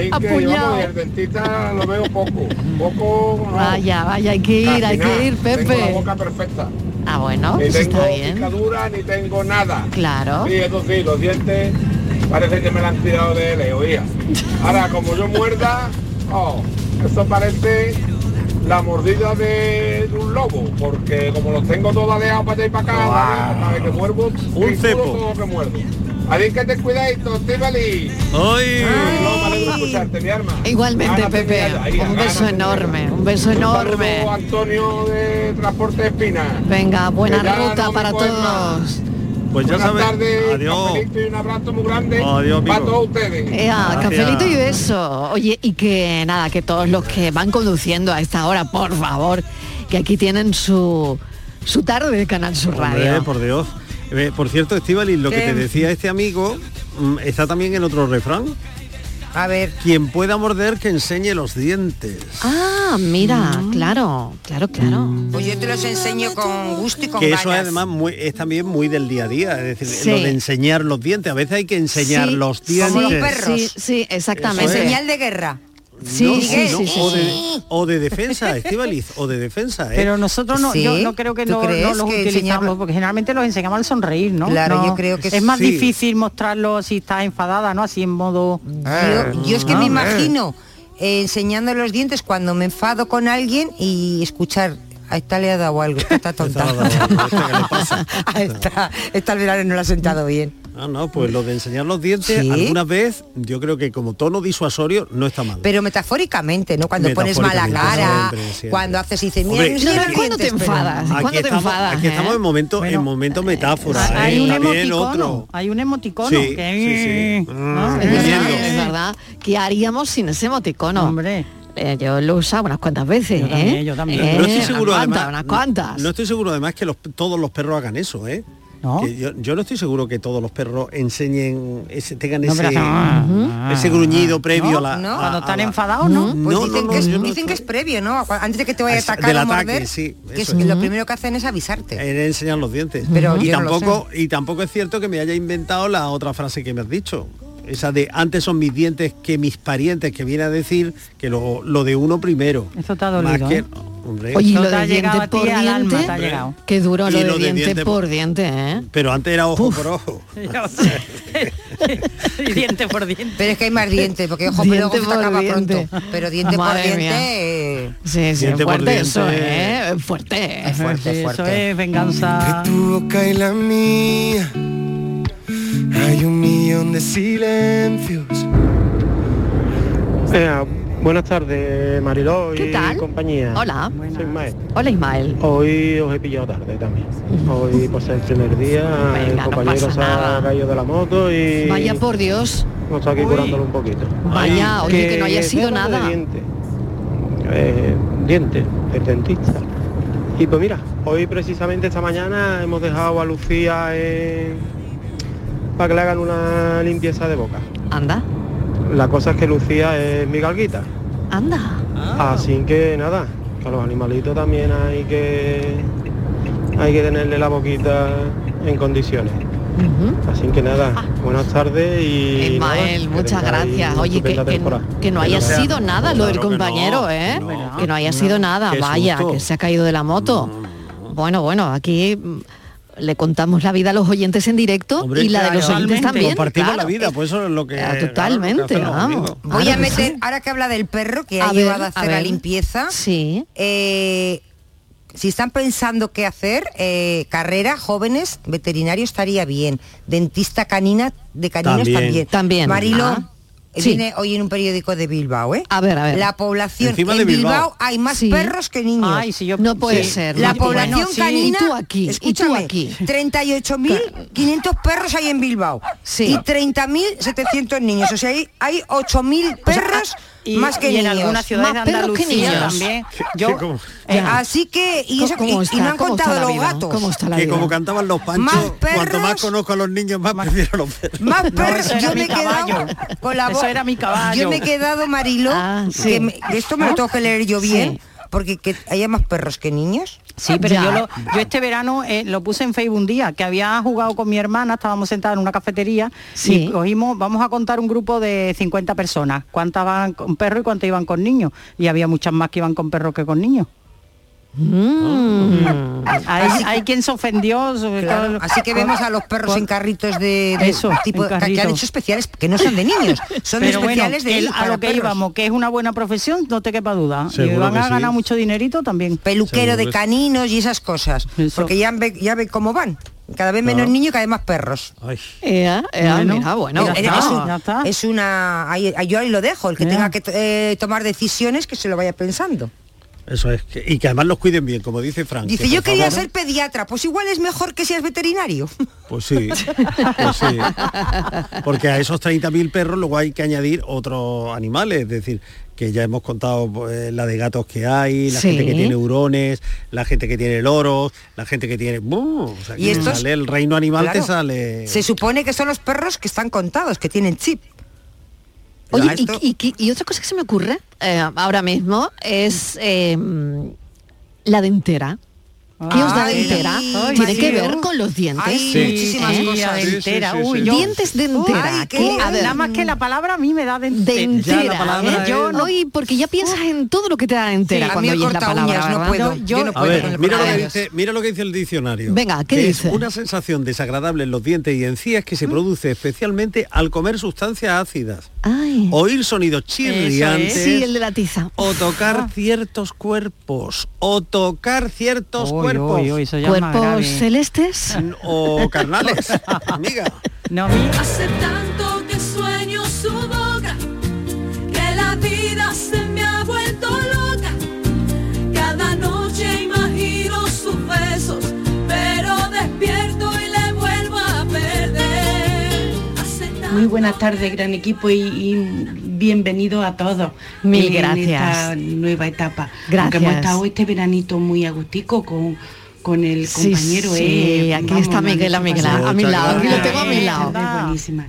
S27: que yo pues,
S1: Apuñado.
S27: el dentista lo veo poco. Poco. no,
S1: Vaya, vaya, hay que
S27: casi
S1: ir, hay
S27: nada.
S1: que ir,
S27: Tengo la
S1: Pepe.
S27: boca perfecta.
S1: Ah, bueno,
S27: ni
S1: eso
S27: tengo
S1: está bien.
S27: picadura, ni tengo nada.
S1: Claro.
S27: Sí, eso sí, los dientes parece que me la han tirado de él, oía. Ahora, como yo muerda, oh, eso parece la mordida de, de un lobo, porque como los tengo todos alejados para allá y para acá, ¿vale? cada vez que muervo, un
S5: cepo.
S27: todo lo que muerdo. Así que te cuidadito, Tíbali.
S5: ¡Ay!
S27: No, me alegro de escucharte, mi arma.
S1: Igualmente,
S27: Gánate,
S1: Pepe,
S27: mira, ahí,
S1: un beso
S27: gánate,
S1: enorme, un beso
S27: Un saludo,
S1: enorme.
S27: Antonio de Transporte de Espina.
S1: Venga, buena
S27: Que ya
S1: ruta
S27: no me
S1: para
S27: coges
S1: todos.
S5: Pues ya
S27: Buenas
S5: sabes.
S27: tardes,
S5: Adiós.
S27: cafelito y un abrazo muy grande
S5: Adiós, amigo.
S27: para todos ustedes.
S1: Ea, Eh, ah, cafelito y beso. Oye, y que nada, que todos los que van conduciendo a esta hora, por favor, que aquí tienen su, su tarde de Canal Sur
S5: Hombre,
S1: Radio.
S5: por Dios. Eh, por cierto, Estivali, lo
S1: ¿Qué?
S5: que te decía este amigo mm, está también en otro refrán.
S7: A ver.
S5: Quien pueda morder que enseñe los dientes.
S1: Ah, mira,
S5: Mm.
S1: claro, claro, claro.
S7: Pues yo te los enseño con gusto y con
S5: que
S7: ganas.
S5: eso además muy- es también muy del día a día, es decir,
S1: Sí.
S5: lo de enseñar los dientes. A veces hay que enseñar
S1: Sí,
S5: los
S1: sí,
S5: dientes.
S1: Sí, sí, exactamente.
S5: Eso es. Señal
S7: de guerra.
S1: Sí,
S5: No,
S1: sí,
S5: no,
S1: sí, sí,
S5: o,
S1: sí.
S5: de, o de defensa, Estivaliz, o de defensa. ¿eh?
S6: Pero nosotros no, yo no creo que
S5: ¿Tú
S6: no, no
S5: crees
S6: los
S5: que
S6: utilizamos,
S5: enseñarlo-
S6: porque generalmente los enseñamos al sonreír, ¿no?
S7: Claro,
S6: No,
S7: yo creo que
S6: es más
S7: sí.
S6: difícil mostrarlo si estás enfadada, ¿no? Así en modo. Ah,
S7: Yo, yo es que me imagino eh, enseñando los dientes cuando me enfado con alguien y escuchar. A esta le ha dado algo, esta está tonta. A esta, esta al verano no la ha sentado bien.
S5: Ah, no, pues lo de enseñar los dientes
S7: Sí.
S5: alguna vez, yo creo que como tono disuasorio no está mal.
S7: Pero metafóricamente, ¿no? Cuando pones mala
S5: Metafóricamente,
S7: cara,
S5: siempre, siempre.
S7: cuando haces y dices, mira,
S5: Hombre,
S7: mira los
S1: ¿Cuándo te
S7: dientes, pero-
S1: enfadas?
S5: Aquí
S1: ¿Cuándo te
S5: estamos,
S1: enfadas?
S5: aquí
S1: eh?
S5: estamos en momento, en momento metáfora. ¿eh?
S6: hay un
S5: También
S6: emoticono,
S5: otro.
S6: hay un eh, emoticono
S5: Sí,
S6: que-
S5: sí, sí.
S6: Ah,
S5: Mm,
S1: Es verdad,
S5: huyendo.
S1: es verdad. ¿Qué haríamos sin ese emoticono? Hombre. yo lo he usado unas cuantas veces, yo
S5: también,
S1: yo
S5: No estoy seguro
S1: unas cuantas,
S5: además,
S1: unas cuantas.
S5: No, estoy seguro además que los- todos los perros hagan eso, ¿eh? Que yo, yo no estoy seguro que todos los perros enseñen, ese, tengan
S6: No, pero
S5: ese,
S6: hacen-
S5: ese gruñido previo a la. a-
S6: cuando están
S5: a la-
S6: enfadados, ¿no?
S7: Pues
S5: No,
S7: dicen,
S5: no,
S7: que, es,
S5: no, yo no
S7: dicen que es previo, ¿no? Cu- Antes de que te vaya a
S5: Es-
S7: atacar
S5: del
S7: o
S5: ataque,
S7: morder,
S5: sí,
S7: que
S5: eso
S7: es-
S5: es.
S7: lo primero que hacen es avisarte.
S5: Era enseñar los dientes.
S7: Pero
S5: y
S7: yo no lo
S5: tampoco y tampoco es cierto que me haya inventado la otra frase que me has dicho. Esa de antes son mis dientes que mis parientes, que viene a decir que lo, lo de uno primero.
S6: Eso te ha
S5: Más
S6: dolido.
S5: que-
S6: ¿eh?
S5: hombre.
S1: Oye, y
S6: No
S1: lo
S6: te ha
S1: de
S6: llegado
S1: diente
S6: a ti
S1: por
S6: al alma,
S1: diente,
S6: te ha llegado.
S1: qué duro
S5: Y
S1: lo, de,
S5: lo de
S1: diente,
S5: diente
S1: por diente, ¿eh?
S5: Pero antes era ojo por ojo.
S6: diente por diente.
S7: Pero es que hay más dientes, porque ojo,
S1: Diente
S7: pero ojo se te
S1: por
S7: acaba
S1: diente.
S7: pronto. Pero diente
S1: Madre
S7: por
S1: mía.
S7: diente. eh,
S1: Sí, sí, es
S7: Diente por
S1: fuerte eso,
S7: diente.
S1: ¿eh? Es Fuerte.
S7: Es fuerte, Sí,
S6: Eso es venganza.
S28: tu boca y la mía hay un millón de silencios.
S9: Venga, buenas tardes, Mariló y
S1: ¿Qué tal?
S9: compañía.
S1: Hola.
S9: Soy Ismael.
S1: Hola, Ismael.
S9: Hoy os he pillado tarde también. Hoy pues el primer día, el
S1: Venga, no
S9: compañero
S1: pasa
S9: se ha
S1: nada.
S9: caído de la moto y
S1: Vaya por Dios.
S9: nos está aquí curándolo un poquito.
S1: Vaya, oye, que no haya sido
S9: tema de
S1: nada.
S9: Diente, eh, diente, el dentista. Y pues mira, hoy precisamente esta mañana hemos dejado a Lucía en- para que le hagan una limpieza de boca.
S1: Anda,
S9: La cosa es que Lucía es mi galguita.
S1: anda.
S9: Así que nada, que a los animalitos también hay que hay que tenerle la boquita en condiciones. Así que nada, buenas tardes y nada,
S1: Ismael,
S9: que
S1: Ah. muchas
S9: tengáis
S1: gracias.
S9: una
S1: Oye, que,
S9: estupenda
S1: que-
S9: temporada.
S1: que no haya
S9: Venga.
S1: sido nada lo del compañero, ¿eh? que no haya sido nada,
S9: Qué
S1: vaya,
S9: susto.
S1: que se ha caído de la moto. Bueno, bueno, aquí mm, le contamos la vida a los oyentes en directo y la de los oyentes también.
S5: Compartimos
S1: claro.
S5: la vida, pues eso es lo que...
S1: Ah, totalmente,
S5: claro, lo que hacen los
S1: vamos.
S5: amigos.
S7: Voy a meter, ahora que habla del perro que ha
S1: A
S7: llevado a
S1: ver, a
S7: hacer la
S1: ver.
S7: limpieza,
S1: sí.
S7: eh, si están pensando qué hacer, eh, carrera, jóvenes, veterinario estaría bien. Dentista canina, de caninos
S1: También.
S7: también.
S1: También.
S7: Marilo,
S1: Ah.
S7: eh,
S1: Sí.
S7: viene hoy en un periódico de Bilbao, ¿eh?
S1: A ver, a ver.
S7: La población
S1: Encima
S7: en
S1: de
S7: Bilbao.
S1: Bilbao.
S7: hay más
S1: Sí.
S7: perros que niños.
S1: Ay, si yo- No puede ser,
S7: La
S1: no puede ser.
S7: población
S1: Bueno, sí.
S7: canina.
S1: Y tú aquí, y tú
S7: escúchame,
S1: aquí.
S7: 38.500 perros hay en Bilbao.
S1: Sí.
S7: Y 30.700 niños. O sea, hay, hay 8.000 perros
S6: y-
S7: más que
S6: y en
S7: niños.
S6: algunas ciudades Más de perros que Andalucía niños. también. Yo-
S5: Sí, ¿cómo?
S7: Eh, así que, y, eso,
S1: ¿Cómo
S7: y- y
S1: está?
S7: no han
S1: ¿Cómo está
S7: contado
S1: la
S7: los
S1: vida?
S7: gatos.
S1: ¿Cómo está la
S5: que
S1: vida?
S5: como cantaban los panchos,
S7: Más
S5: cuanto más
S7: perros-
S5: conozco a los niños, más, prefiero los perros.
S7: Más
S5: No,
S7: perros,
S5: eso era
S7: yo me
S5: mi
S7: he quedado
S5: caballo.
S7: con la
S5: Eso
S7: boca-
S5: era mi caballo.
S7: Yo me he quedado, Marilo,
S5: sí.
S7: que me- que esto me lo tengo que leer yo
S6: Sí.
S7: bien, porque que haya más perros que niños.
S6: Sí, pero yo, lo- yo este verano eh, lo puse en Facebook un día, que había jugado con mi hermana, estábamos sentadas en una cafetería
S1: Sí.
S6: y cogimos, vamos a contar un grupo de 50 personas, cuántas van con perro y cuántas iban con niños. Y había muchas más que iban con perros que con niños. Hay,
S7: Así que-
S6: hay quien se ofendió. sobre
S7: Claro,
S6: todo-
S7: así que
S6: con-
S7: vemos a los perros
S6: con-
S7: en carritos de, de
S6: Eso,
S7: tipo
S6: en
S7: que- que han
S6: carrito.
S7: hecho especiales que no son de niños, son
S6: Pero bueno,
S7: especiales de
S6: que el-
S7: ellos
S6: a
S7: para
S6: lo que
S7: perros.
S6: íbamos, que es una buena profesión, no te quepa duda. y
S7: Seguro
S6: van
S7: que
S6: a
S7: sí.
S6: ganar mucho dinerito también.
S7: Peluquero de caninos y esas cosas, porque ya ve, ya ve cómo van. Cada vez menos
S5: Ah.
S6: Claro.
S7: niños y cada vez más perros.
S1: Ea, ea,
S7: Bueno,
S1: mira, bueno.
S7: es, es un- es una... ahí- ahí- yo ahí lo dejo, el que tenga que eh, tomar decisiones que se lo vaya pensando.
S5: Eso es. que- y que además los cuiden bien, como dice Frank.
S7: Dice,
S5: que
S7: yo
S5: por
S7: quería
S5: favor-
S7: ser pediatra, pues igual es mejor que seas veterinario.
S5: Pues sí. pues sí. Porque a esos 30.000 perros luego hay que añadir otros animales, es decir, que ya hemos contado pues, la de gatos que hay, la
S7: Sí.
S5: gente que tiene hurones, la gente que tiene loros, la gente que tiene... ¡buh! O sea,
S7: Y
S5: que
S7: estos-
S5: sale el reino animal te
S7: Claro.
S5: sale...
S7: Se supone que son los perros que están contados, que tienen chip.
S1: Oye,
S7: Ya,
S1: y,
S7: esto-
S1: y- y- y otra cosa que se me ocurre eh, ahora mismo es eh, la dentera. ¿Qué os da
S6: Ay,
S1: dentera?
S6: ay,
S1: Tiene que
S6: Mario.
S1: ver con los dientes.
S6: Ay, Sí. muchísimas
S1: ¿Eh?
S6: cosas. Sí, sí,
S1: Dentera,
S6: sí, sí,
S1: uy,
S6: sí.
S1: yo- Dientes de entera.
S6: Ay, qué
S1: que, a
S6: bien.
S1: ver,
S6: Nada más que la palabra a mí me da dentera.
S1: dentera, ¿eh? Hoy, porque ya piensas en todo lo que te da dentera
S6: Sí, a mí
S1: cuando
S6: el
S1: oyes la palabra.
S6: cortaúñas no
S1: ¿verdad?
S6: puedo, yo no
S5: a ver, mira lo, que dice, mira lo que dice el diccionario.
S1: Venga, ¿qué
S5: Que
S1: dice? ¿Mm?
S5: Es una sensación desagradable en los dientes y encías que se produce especialmente al comer sustancias ácidas,
S1: Ay.
S5: oír sonidos chirriantes
S1: Sí, el Ah. de la tiza.
S5: o tocar ciertos cuerpos, o tocar ciertos
S6: Uy,
S5: cuerpos.
S6: uy, uy, eso ya es más
S1: Cuerpos
S6: grave.
S1: celestes.
S5: O carnales, amiga.
S6: No,
S3: Hace tanto que sueño su boca, que la vida se me ha vuelto loca. Cada noche imagino sus besos, pero despierto y le vuelvo a perder.
S8: Muy buenas tardes, gran equipo, y, y bienvenido a todos.
S1: Mil
S8: en
S1: gracias.
S8: esta nueva etapa. Porque
S1: Gracias.
S8: hemos estado este veranito muy agustico con, con el
S1: Sí,
S8: compañero.
S1: sí,
S8: eh,
S1: aquí
S8: vamos,
S1: está
S8: una
S1: Miguel a mi,
S8: noche pasada.
S1: a mi lado, aquí lo tengo a mi
S8: Eh,
S1: lado.
S8: es buenísima.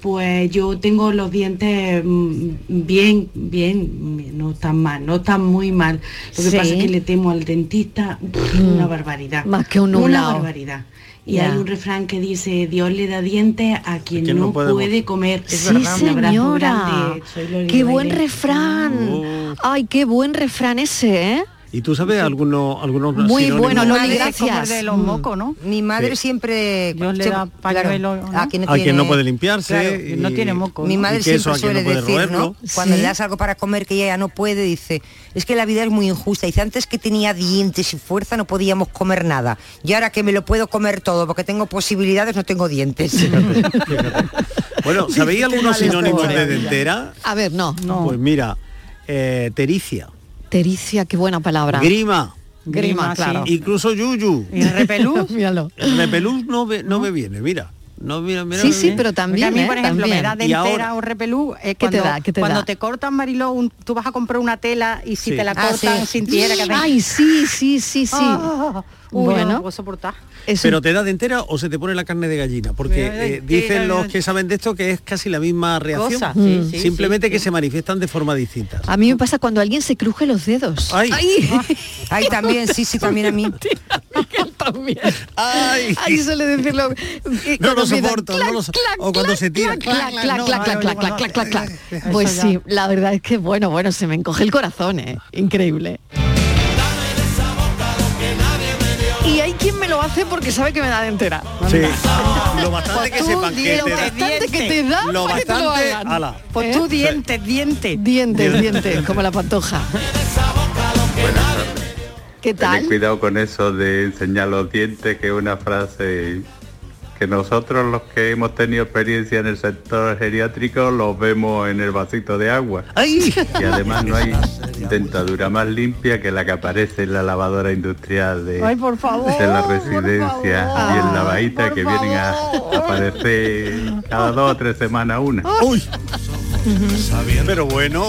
S8: Pues yo tengo los dientes mm, bien, bien, no tan mal, no tan muy mal. Lo que
S1: Sí.
S8: pasa es que le temo al dentista pff,
S1: Mm.
S8: una barbaridad.
S1: Más que un
S8: Una
S1: nublao.
S8: barbaridad. Y
S1: Ya.
S8: hay un refrán que dice, Dios le da dientes a quien,
S1: quien
S8: no,
S1: no puede
S8: puede,
S1: votar".
S8: comer.
S1: Sí, señora. Qué buen refrán.
S5: Oh.
S1: Ay, qué buen refrán ese, ¿eh?
S5: ¿Y tú sabes algunos algunos
S1: Muy
S5: sinónimos?
S1: bueno, Loli,
S7: Madre,
S1: gracias. Mm.
S7: como el de los mocos,
S6: ¿no?
S7: Mi madre
S5: Sí.
S7: siempre...
S6: le
S7: siempre-
S6: da pañuelo, ¿no?
S7: a quien no,
S5: A quien
S7: tiene-
S5: no puede limpiarse y-
S7: no tiene moco. Mi
S5: y
S7: madre
S5: queso a
S7: siempre
S5: quien no
S7: suele
S5: puede
S7: decir,
S5: roerlo.
S7: ¿no? Cuando
S5: Sí.
S7: le das algo para comer que ella ya no puede, dice, es que la vida es muy injusta. Dice, antes que tenía dientes y fuerza no podíamos comer nada. Y ahora que me lo puedo comer todo porque tengo posibilidades, no tengo dientes.
S5: Bueno, ¿sabéis algunos
S1: Vale,
S5: sinónimos de
S1: pobre.
S5: dentera?
S1: A ver, no.
S5: Pues mira, eh, tericia,
S1: Tericia, qué buena palabra.
S5: grima,
S1: Grima, claro.
S5: incluso yuyu.
S6: ¿Y repelús?
S1: Míralo.
S5: El repelús no, ve- no me viene, mira. No, mira, mira,
S1: Sí,
S5: me
S1: sí,
S5: viene.
S1: pero ¿eh?
S6: Porque a mí, por ejemplo, me da
S5: Y
S6: dentera
S5: ahora,
S6: o repelú.
S1: ¿Qué
S6: eh,
S1: te
S6: cuando-
S1: da? ¿Qué te
S6: cuando
S1: da?
S6: te cortan, Mariló, un- tú vas a comprar una tela y si
S5: Sí.
S6: te la
S5: Ah,
S6: cortan
S5: sí.
S6: sin tijera que te-
S1: Ay, sí, sí, sí, sí.
S6: Ah, uy, yo no
S1: bueno,
S6: lo puedo soportar.
S5: pero te da de entera o se te pone la carne de gallina,
S6: Me
S5: porque
S6: da de
S5: eh,
S6: entera,
S5: dicen
S6: me
S5: los
S6: da-
S5: que saben de esto que es casi la misma reacción,
S6: Cosa, sí,
S1: Mm.
S6: sí,
S5: simplemente que se manifiestan de forma distinta.
S1: a mí me pasa cuando alguien se cruje los dedos.
S5: Ay.
S7: Ay, Ah, también, sí, sí, también a mí.
S1: también.
S5: Ay.
S1: Ay, suele decirlo. eh,
S5: No lo
S1: cuando empiezan,
S5: soporto, no
S1: clac,
S5: lo so-
S1: clac,
S5: o cuando
S1: clac,
S5: se tira,
S1: clac,
S5: clac,
S1: clac,
S5: no,
S1: clac,
S5: no,
S1: clac,
S5: no,
S1: clac,
S5: no, Eh,
S1: clac, clac, clac.
S5: eso
S1: Pues
S5: ya.
S1: sí, la verdad es que bueno, bueno, se me encoge el corazón, ¿eh? Increíble. Y hay quien me lo hace porque sabe que me da de entera.
S5: Sí. Ah, Lo bastante que
S1: Pues tú,
S5: sepan que
S1: lo
S5: te da.
S1: bastante que te da
S5: Lo
S1: para que te lo
S5: bastante,
S1: hagan.
S5: ala.
S6: Pues
S1: ¿Eh?
S6: tú dientes, dientes.
S1: Dientes, dientes, como la pantoja. ¿Qué
S16: Ten
S1: tal?
S16: cuidado con eso de enseñar los dientes, que es una frase que nosotros los que hemos tenido experiencia en el sector geriátrico los vemos en el vasito de agua. Y además no hay dentadura más limpia que la que aparece en la lavadora industrial de,
S1: Ay, por favor.
S16: de la residencia y en la bahita que vienen a aparecer cada dos o tres semanas una.
S5: Pero bueno.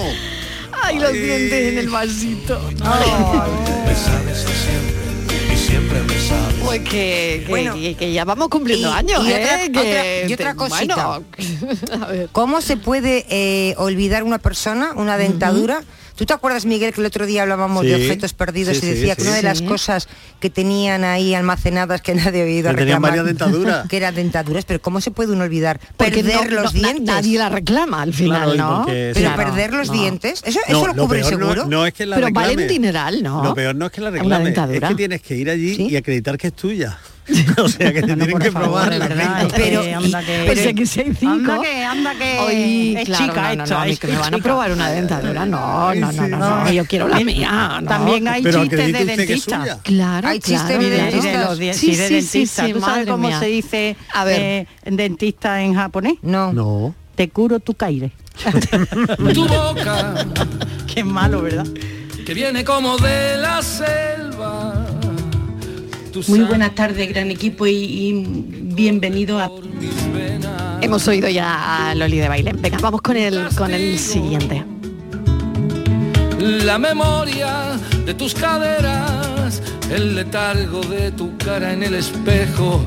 S1: Ay, los dientes en el vasito.
S12: Me sabes a siempre y siempre me sabes.
S1: Pues que, que- que- que ya vamos cumpliendo años,
S7: y
S1: ¿eh?
S7: otra-
S1: Que
S7: otra- y otra
S1: te-
S7: cosita.
S1: bueno,
S7: ¿Cómo se puede eh, olvidar una persona, una dentadura? ¿Tú te acuerdas, Miguel, que el otro día hablábamos de
S5: Sí.
S7: objetos perdidos
S5: Sí,
S7: y
S5: sí,
S7: decía que
S5: sí.
S7: una de las
S5: Sí.
S7: cosas que tenían ahí almacenadas que nadie había ido a
S5: Que tenían
S7: reclamar?
S5: varias dentaduras.
S7: que eran dentaduras, pero ¿cómo se puede uno olvidar?
S1: Porque no-
S7: perder
S1: no-
S7: los
S1: na-
S7: dientes.
S1: nadie la reclama al final,
S5: Claro, y
S1: ¿no?
S5: porque-
S7: Pero
S5: Claro,
S7: perder los
S5: no.
S7: dientes, ¿eso,
S5: No,
S7: eso lo
S5: lo
S7: cubre
S5: peor no-
S7: seguro?
S5: no es que la
S1: Pero vale
S5: reclame.
S1: un dineral, ¿no?
S5: Lo peor no es que la
S1: Una
S5: reclame, es
S1: dentadura.
S5: que tienes que ir allí y acreditar que es tuya. o sea que te tienen que probar la
S6: Ay,
S1: Pero-
S6: que anda que,
S1: Pero si aquí sí hay cinco.
S6: anda que, anda que
S1: Hoy,
S6: es
S1: claro,
S6: chica
S1: no, no, no,
S6: esta,
S1: a mí
S6: es
S1: que me van a
S6: chica.
S1: probar una dentadura. No, no, no, no, no, yo quiero la mía. no.
S6: También hay
S1: Pero
S6: chistes de
S1: acredite usted que es
S6: dentista.
S1: suya. Claro,
S6: hay chistes
S1: claro,
S6: de,
S1: claro.
S6: de los di-
S1: Sí,
S6: sí,
S1: sí,
S6: de
S1: sí,
S6: dentista.
S1: sí,
S6: ¿Tú sabes
S1: madre
S6: cómo
S1: mía.
S6: se dice
S1: A ver.
S6: eh, dentista en japonés?
S7: No.
S5: No.
S6: Te curo tu caire.
S12: Tu boca
S6: Qué malo, ¿verdad?
S12: que viene como de la selva.
S8: Muy buenas tardes, gran equipo y, y bienvenido a...
S1: Hemos oído ya a Loli de baile. Venga, vamos con el, con el siguiente.
S12: La memoria de tus caderas, el letargo de tu cara en el espejo,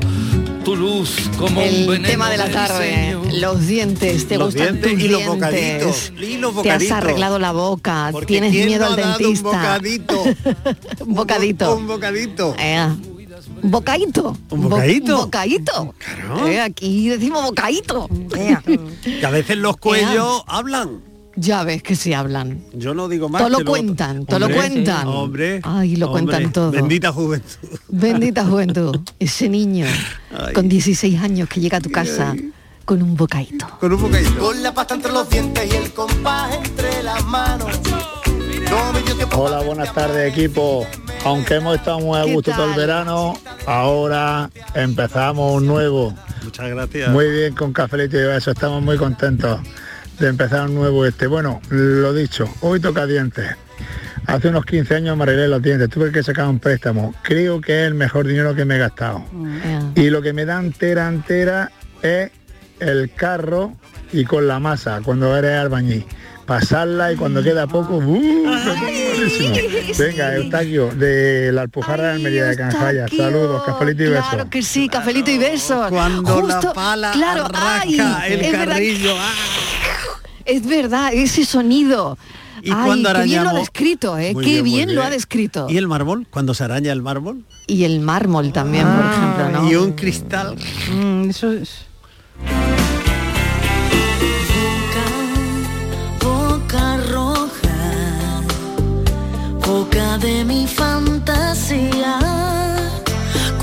S12: tu luz como un
S1: El
S12: veneno.
S1: tema de la tarde, los dientes, te
S12: Los
S1: gustan
S12: dientes
S1: tus
S12: y los
S1: dientes?
S12: bocaditos, y los
S1: te has
S12: bocaditos.
S1: arreglado la boca,
S5: Porque
S1: tienes
S5: ¿quién
S1: miedo
S5: no
S1: al
S5: ha dado
S1: dentista.
S5: Un bocadito.
S1: un bocadito.
S5: Un bocadito.
S1: Eh, Bocaíto.
S5: Un bocaíto.
S1: Bo- bocaíto. Eh, aquí decimos bocaíto.
S5: Que a veces los cuellos hablan.
S1: Ya ves que sí hablan.
S5: Yo no digo más.
S1: Todo lo
S5: que
S1: cuentan, todo lo
S5: Hombre,
S1: cuentan.
S5: Hombre.
S1: Ay, lo
S5: hombre,
S1: cuentan todo.
S5: Bendita juventud.
S1: Bendita juventud. Ese niño con 16 años que llega a tu casa con un bocaíto.
S5: Con un bocadito.
S12: Con la pasta entre los dientes y el compás entre las manos.
S29: Hola, buenas tardes equipo. Aunque hemos estado muy a
S12: ¿Qué
S29: gusto todo el
S12: tal?
S29: verano, ahora empezamos un nuevo.
S5: Muchas gracias.
S29: Muy bien con Cafelito y eso, estamos muy contentos de empezar un nuevo este. Bueno, lo dicho, hoy toca dientes. Hace unos 15 años me arreglé los dientes, tuve que sacar un préstamo. Creo que es el mejor dinero que me he gastado.
S1: Mm.
S29: Y lo que me da entera, entera es el carro y con la masa, cuando eres albañil. Pasarla y cuando queda poco, ¡uh! lo tengo buenísimo. Venga, Eustaquio, de la Alpujarra de Almería de Canjaya. Saludos, cafelito y besos.
S1: Claro que sí, cafelito y besos.
S29: cuando la
S1: pala claro, ay,
S29: arranca el
S1: es verdad.
S29: carrillo,
S5: ah,
S1: Es verdad, ese sonido.
S5: Y
S1: Ay,
S5: cuando
S1: qué bien lo ha
S5: arañamos-
S1: descrito, ¿eh?
S5: Muy
S1: Qué bien,
S5: muy
S1: lo ha descrito.
S5: ¿Y el mármol? Cuando se araña el mármol. Ah,
S1: Y el mármol también, por ejemplo, ¿no?
S5: Y un cristal.
S6: Mm, eso es.
S3: boca roja, boca de mi fantasía.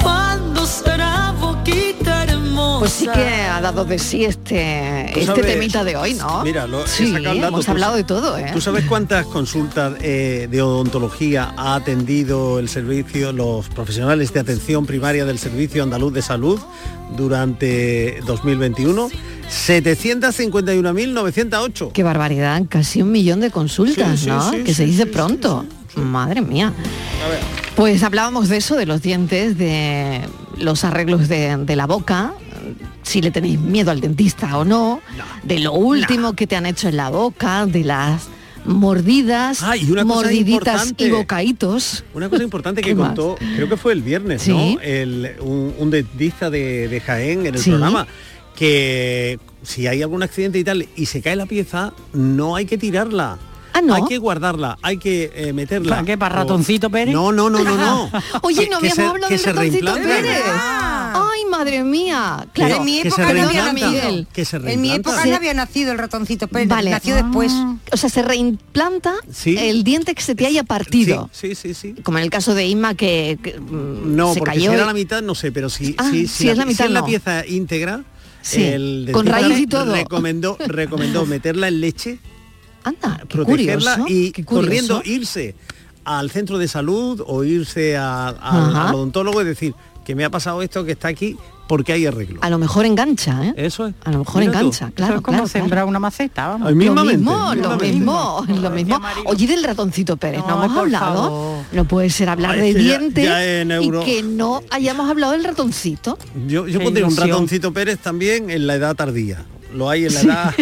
S3: ¿Cuándo será boquita hermosa?
S1: Pues sí que ha dado de sí este,
S5: Tú
S1: este
S5: sabes-
S1: temita de hoy, ¿no?
S5: Mira, lo, he
S1: sí,
S5: sacado el dato.
S1: hemos
S5: Tú
S1: hablado
S5: sa-
S1: de todo, ¿eh?
S5: ¿Tú sabes cuántas consultas eh, de odontología ha atendido el servicio, los profesionales de atención primaria del Servicio Andaluz de Salud durante 2021? 751.908.
S1: Qué barbaridad, casi un millón de consultas,
S5: Sí, sí,
S1: ¿no?
S5: sí,
S1: que se dice pronto. Madre mía. Pues hablábamos de eso, de los dientes, de los arreglos de, de la boca, si le tenéis miedo al dentista o no, de lo último que te han hecho en la boca, de las mordidas,
S5: Ah, y una cosa
S1: mordiditas
S5: importante.
S1: y bocaditos.
S5: Una cosa importante
S1: ¿Qué
S5: que
S1: más?
S5: contó, creo que fue el viernes, ¿no? El- un, un dentista de, de Jaén en el
S1: Sí.
S5: programa, que si hay algún accidente y tal y se cae la pieza, no hay que tirarla.
S1: Ah,
S5: Hay que guardarla, hay que eh, meterla.
S6: ¿Para qué? ¿Para
S5: O-
S6: ratoncito Pérez?
S5: No, no, no, no, no.
S1: Oye,
S5: Que-
S1: no
S5: que
S1: habíamos
S5: se-
S1: hablado
S5: que
S1: del
S5: se Ah.
S1: ratoncito
S5: reimplanta.
S1: Pérez.
S7: Ah.
S1: Ay, madre mía.
S5: Que-
S1: Claro,
S5: En mi que época se no había reimplanta. nacido.
S1: Miguel.
S5: Que se
S7: En mi
S5: reimplanta.
S7: época
S5: Sí.
S7: no había nacido el ratoncito Pérez,
S1: Vale. Ah.
S7: nació después.
S1: O sea, se reimplanta
S5: Sí.
S1: el diente que se te haya partido.
S5: Sí, sí, sí.
S1: Como en el caso de Inma que, que, mm,
S5: No,
S1: se
S5: porque
S1: cayó.
S5: si era
S1: y-
S5: la mitad, no sé, pero si,
S1: Ah,
S5: si,
S1: si es la mitad, no.
S5: pieza íntegra,
S1: Sí,
S5: el
S1: con
S5: dentista
S1: raíz y todo.
S5: recomendó, recomendó meterla en leche,
S1: Anda,
S5: protegerla
S1: curioso,
S5: y
S1: qué curioso.
S5: corriendo irse al centro de salud o irse a- al
S1: Ajá.
S5: al odontólogo y decir que me ha pasado esto que está aquí porque hay arreglo.
S1: A lo mejor engancha, ¿eh?
S5: Eso es.
S1: A lo mejor
S5: Mira tú.
S1: engancha, claro.
S6: es como
S1: claro,
S6: sembrar
S1: claro.
S6: una maceta, vamos.
S5: Ay, mismamente,
S1: Lo mismo, lo
S6: mismamente.
S1: mismo, lo mismo. Oye, del ratoncito Pérez, no, hemos hablado. No puede ser hablar
S5: Ay,
S1: de
S5: Ah, es que ya-
S1: dientes
S5: ya en euro.
S1: y que no hayamos hablado del ratoncito.
S5: Yo, yo
S1: Qué
S5: pondría un
S1: ilusión.
S5: ratoncito Pérez también en la edad tardía. Lo hay en la edad,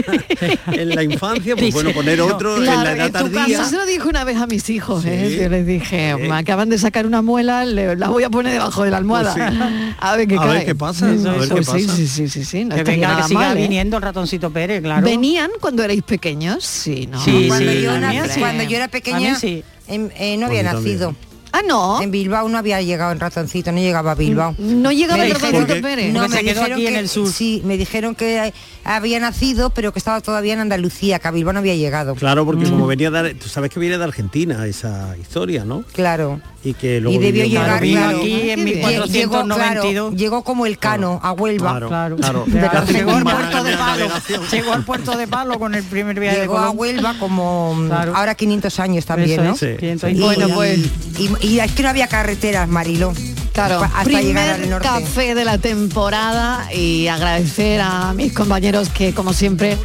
S5: en la infancia, pues bueno, poner otro en la edad
S1: tu
S5: tardía.
S1: Eso se lo dije una vez a mis hijos, ¿eh?
S5: Sí.
S1: Yo les dije, me acaban de sacar una muela, le- la voy a poner debajo de la almohada.
S5: Pues sí.
S1: A ver qué
S5: A ver
S1: cae.
S5: qué pasa, a ver qué
S1: Pues sí,
S5: pasa.
S1: Sí, sí, sí, sí, no
S6: que
S1: estaría
S6: venga, que
S1: nada
S6: siga
S1: mal, ¿eh?
S6: viniendo el ratoncito Pérez, claro.
S1: ¿Venían cuando erais pequeños? Sí, ¿no?
S6: Sí,
S7: cuando,
S6: sí,
S7: yo
S6: a mí
S7: nací-
S6: sí.
S7: cuando yo
S6: A
S7: era
S6: mí
S7: pequeña
S6: sí.
S7: em, eh, no había
S5: A mí también.
S7: nacido.
S1: Ah, no.
S7: En Bilbao no había llegado el ratoncito, no llegaba a Bilbao.
S1: No llegaba
S7: Me
S1: el
S7: dijeron-
S1: Ratoncito Porque- Pérez.
S7: No,
S1: porque
S7: me
S1: se quedó
S7: dijeron
S1: aquí en
S7: que-
S1: el sur.
S7: Sí, me dijeron que eh, había nacido, pero que estaba todavía en Andalucía, que a Bilbao no había llegado.
S5: Claro, porque
S1: Mm.
S5: como venía de, tú sabes que viene de Argentina esa historia, ¿no?
S7: Claro.
S5: Y que luego
S7: y debió
S5: vivió-
S7: llegar claro.
S5: Ah,
S1: Ah,
S6: aquí en
S7: Lle- Llegó, claro,
S6: 1492.
S7: llegó como el cano a Huelva.
S5: Claro, claro.
S6: Claro, llegó al puerto de palo.
S5: navegación.
S6: Llegó al puerto de palo con el primer viaje
S7: Llegó
S6: de
S7: a
S6: Colón.
S7: Huelva como mm,
S6: Claro.
S7: ahora 500 años también,
S6: Eso
S7: ¿no?
S6: es, Sí, 500
S7: Y,
S6: años.
S7: bueno,
S6: Bueno,
S7: pues
S6: pues-
S7: y, y es que no había carreteras, Mariló.
S1: Claro,
S7: hasta llegar al
S1: primer
S7: norte.
S1: café de la temporada y agradecer a mis compañeros que como siempre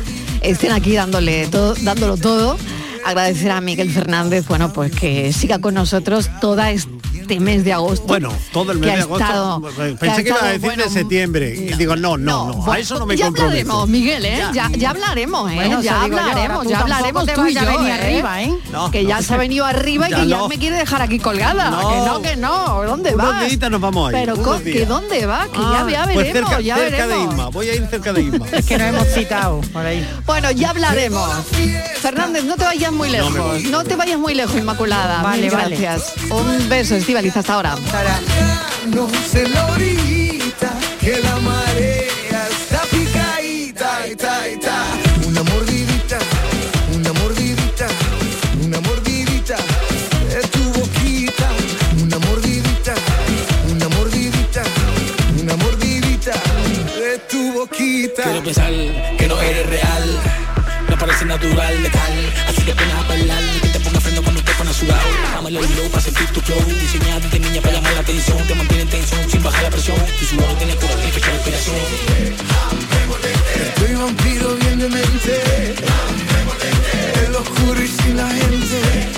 S1: estén aquí dándole todo, dándolo todo. Agradecer a Miguel Fernández, bueno, pues que siga con nosotros toda este mes de agosto.
S5: Bueno, todo el mes
S1: que ha
S5: de agosto. pues,
S1: estado- que ha
S5: pensé que iba a
S1: estado,
S5: decir
S1: bueno,
S5: de septiembre. Y digo, no, no, no. a eso no me
S1: ya
S5: comprometo.
S1: hablaremos, Miguel, ¿eh? Ya, ya hablaremos, ¿eh?
S6: Bueno,
S1: ya
S6: eso digo yo, ahora
S1: hablaremos,
S6: tú
S1: ya
S6: tampoco
S1: hablaremos
S6: te
S1: tú y
S6: vayas a
S1: yo,
S6: venir arriba, ¿eh?
S1: que
S5: no.
S1: ya se ha venido arriba y
S5: Ya
S1: que
S5: no.
S1: ya me quiere dejar aquí colgada.
S5: No.
S1: Que no, que no. ¿Dónde
S5: Unos
S1: vas?
S5: días nos vamos a ir,
S1: Pero
S5: unos
S1: co-
S5: días.
S1: que dónde vas? Que
S5: Ah,
S1: ya, ya veremos,
S5: pues cerca,
S1: ya
S5: cerca de
S1: veremos.
S5: Isma. Voy a ir cerca de Isma.
S6: Es que nos hemos citado por ahí.
S1: Bueno, ya hablaremos. Fernández, no te vayas muy
S6: No
S1: lejos.
S6: me
S1: No,
S6: voy.
S1: te vayas muy lejos, Inmaculada.
S6: Vale,
S1: Mil
S6: vale.
S1: gracias. Un beso, Estivaliz, hasta ahora.
S3: No sé la orillita, que la marea está picadita, ita, ita. Una mordidita, una mordidita, una mordidita de tu boquita. Una mordidita, una mordidita, una mordidita de tu boquita.
S12: Quiero pensar que no eres real, no parece natural, letal. Así que pena a bailar, que te ponga freno cuando te pones sudado. Dame el low para sentir tu flow. Diseñada desde niña para llamar la atención, te mantiene en tensión sin bajar la presión. Tu sudor tiene color y fecha de inspiración.
S3: Soy vampiro bien de mente El oscuro y sin la gente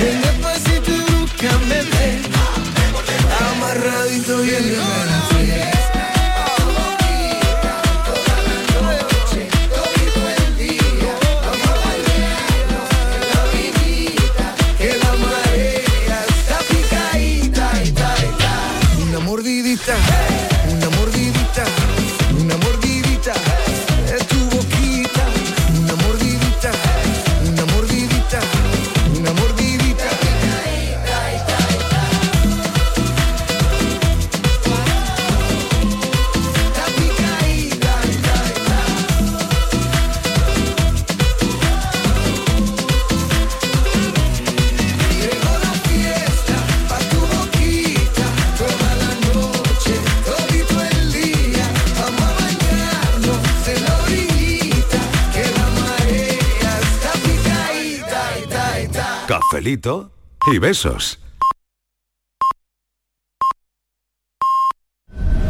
S3: El despacito y búscame Amarradito bien de mente Que la marea está picadita, ita, ita. Una mordidita, una mordidita, una mordidita de tu boquita. Una mordidita, una mordidita, una mordidita. Está picadita, ita, ita. Llegó la fiesta pa' tu boquita, toda la noche, todito el día, vamos a bañarnos en la orillita, que la marea está picadita, ita, ita.
S26: Cafelito y besos.